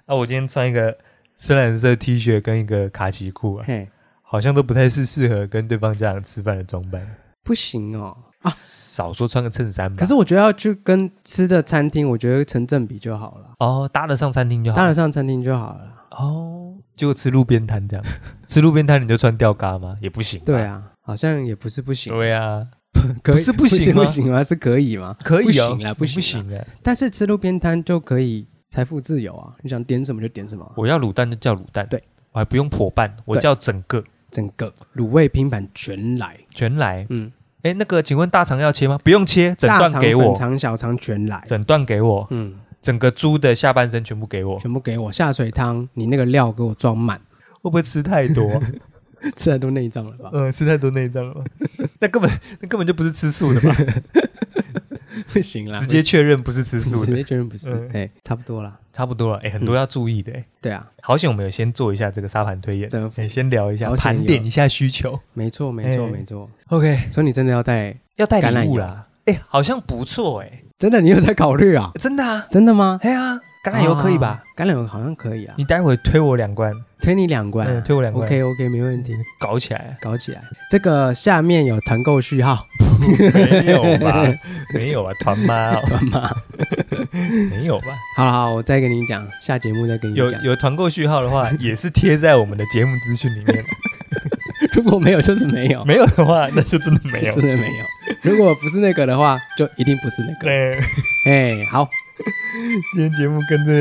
啊，我今天穿一个深蓝色 T 恤跟一个卡其裤啊，嘿，好像都不太是适合跟对方家长吃饭的装扮。不行哦。啊少说穿个衬衫吧。可是我觉得要去跟吃的餐厅，我觉得成正比就好了，哦，搭得上餐厅就好。搭得上餐厅就好了。哦，就吃路边摊这样，吃路边摊你就穿吊嘎吗？也不行。对，啊，好像也不是不行，对啊，可以不是不行吗不行吗？是可以吗？可以啊，不行啦，不不行，不。行啊。但是吃路边摊就可以财富自由啊，你想点什么就点什么啊、我要卤蛋就叫卤蛋，对，我还不用破半，我对叫整个整个卤味拼盘全来，全来。嗯，哎，那个，请问大肠要切吗？不用切，整大段肠、给粉我，肠、小肠全来，整段给我，嗯，整个猪的下半身全部给我。会全部给我下水汤，你那个料给我装 <laughs> 满，不会吃太多 <laughs> 啊？吃的都内脏了吧？嗯，吃太多内脏了吧？ <laughs> 那根本那根本就不是吃素 <laughs> 的吧？ <laughs> 不行啦，直接确认不是吃素直的，接确认不是嗯，哎、差不多啦。差不多了。哎，很多要注意的。哎，对啊，好险我们有先做一下这个沙盘推演对，哎，先聊一下，好险盘有点一下需求。没错，没错，哎没错。 OK，所以你真的要带，要带橄榄礼物油啦。哎，好像不错哎，真的你有在考虑啊？真的啊。真的吗？哎呀，橄榄油可以吧？啊？橄榄油好像可以啊你，待会推我两罐，推你两罐、嗯，推我两罐 OK OK，没问题，搞起来啊搞起来。这个下面有团购序 <laughs> 号，没有吧？没有啊，团妈、哦，团妈。<laughs> 没有吧？好了好了，我再跟你讲，下节目再跟你有讲。有团购序号的话，也是贴在我们的节目资讯里 <laughs> 面。如果没有就是没有，没有的话，那就真的 <laughs> <laughs> 没就有。真的没有。如果不是那个的话，就一定不是那个。对，哎，好，今天节目跟着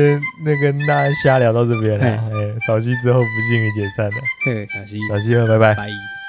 那跟大家瞎聊到这边了，哎、哎扫息之后不幸与解散了，嘿，小溪，扫息了，拜拜。拜。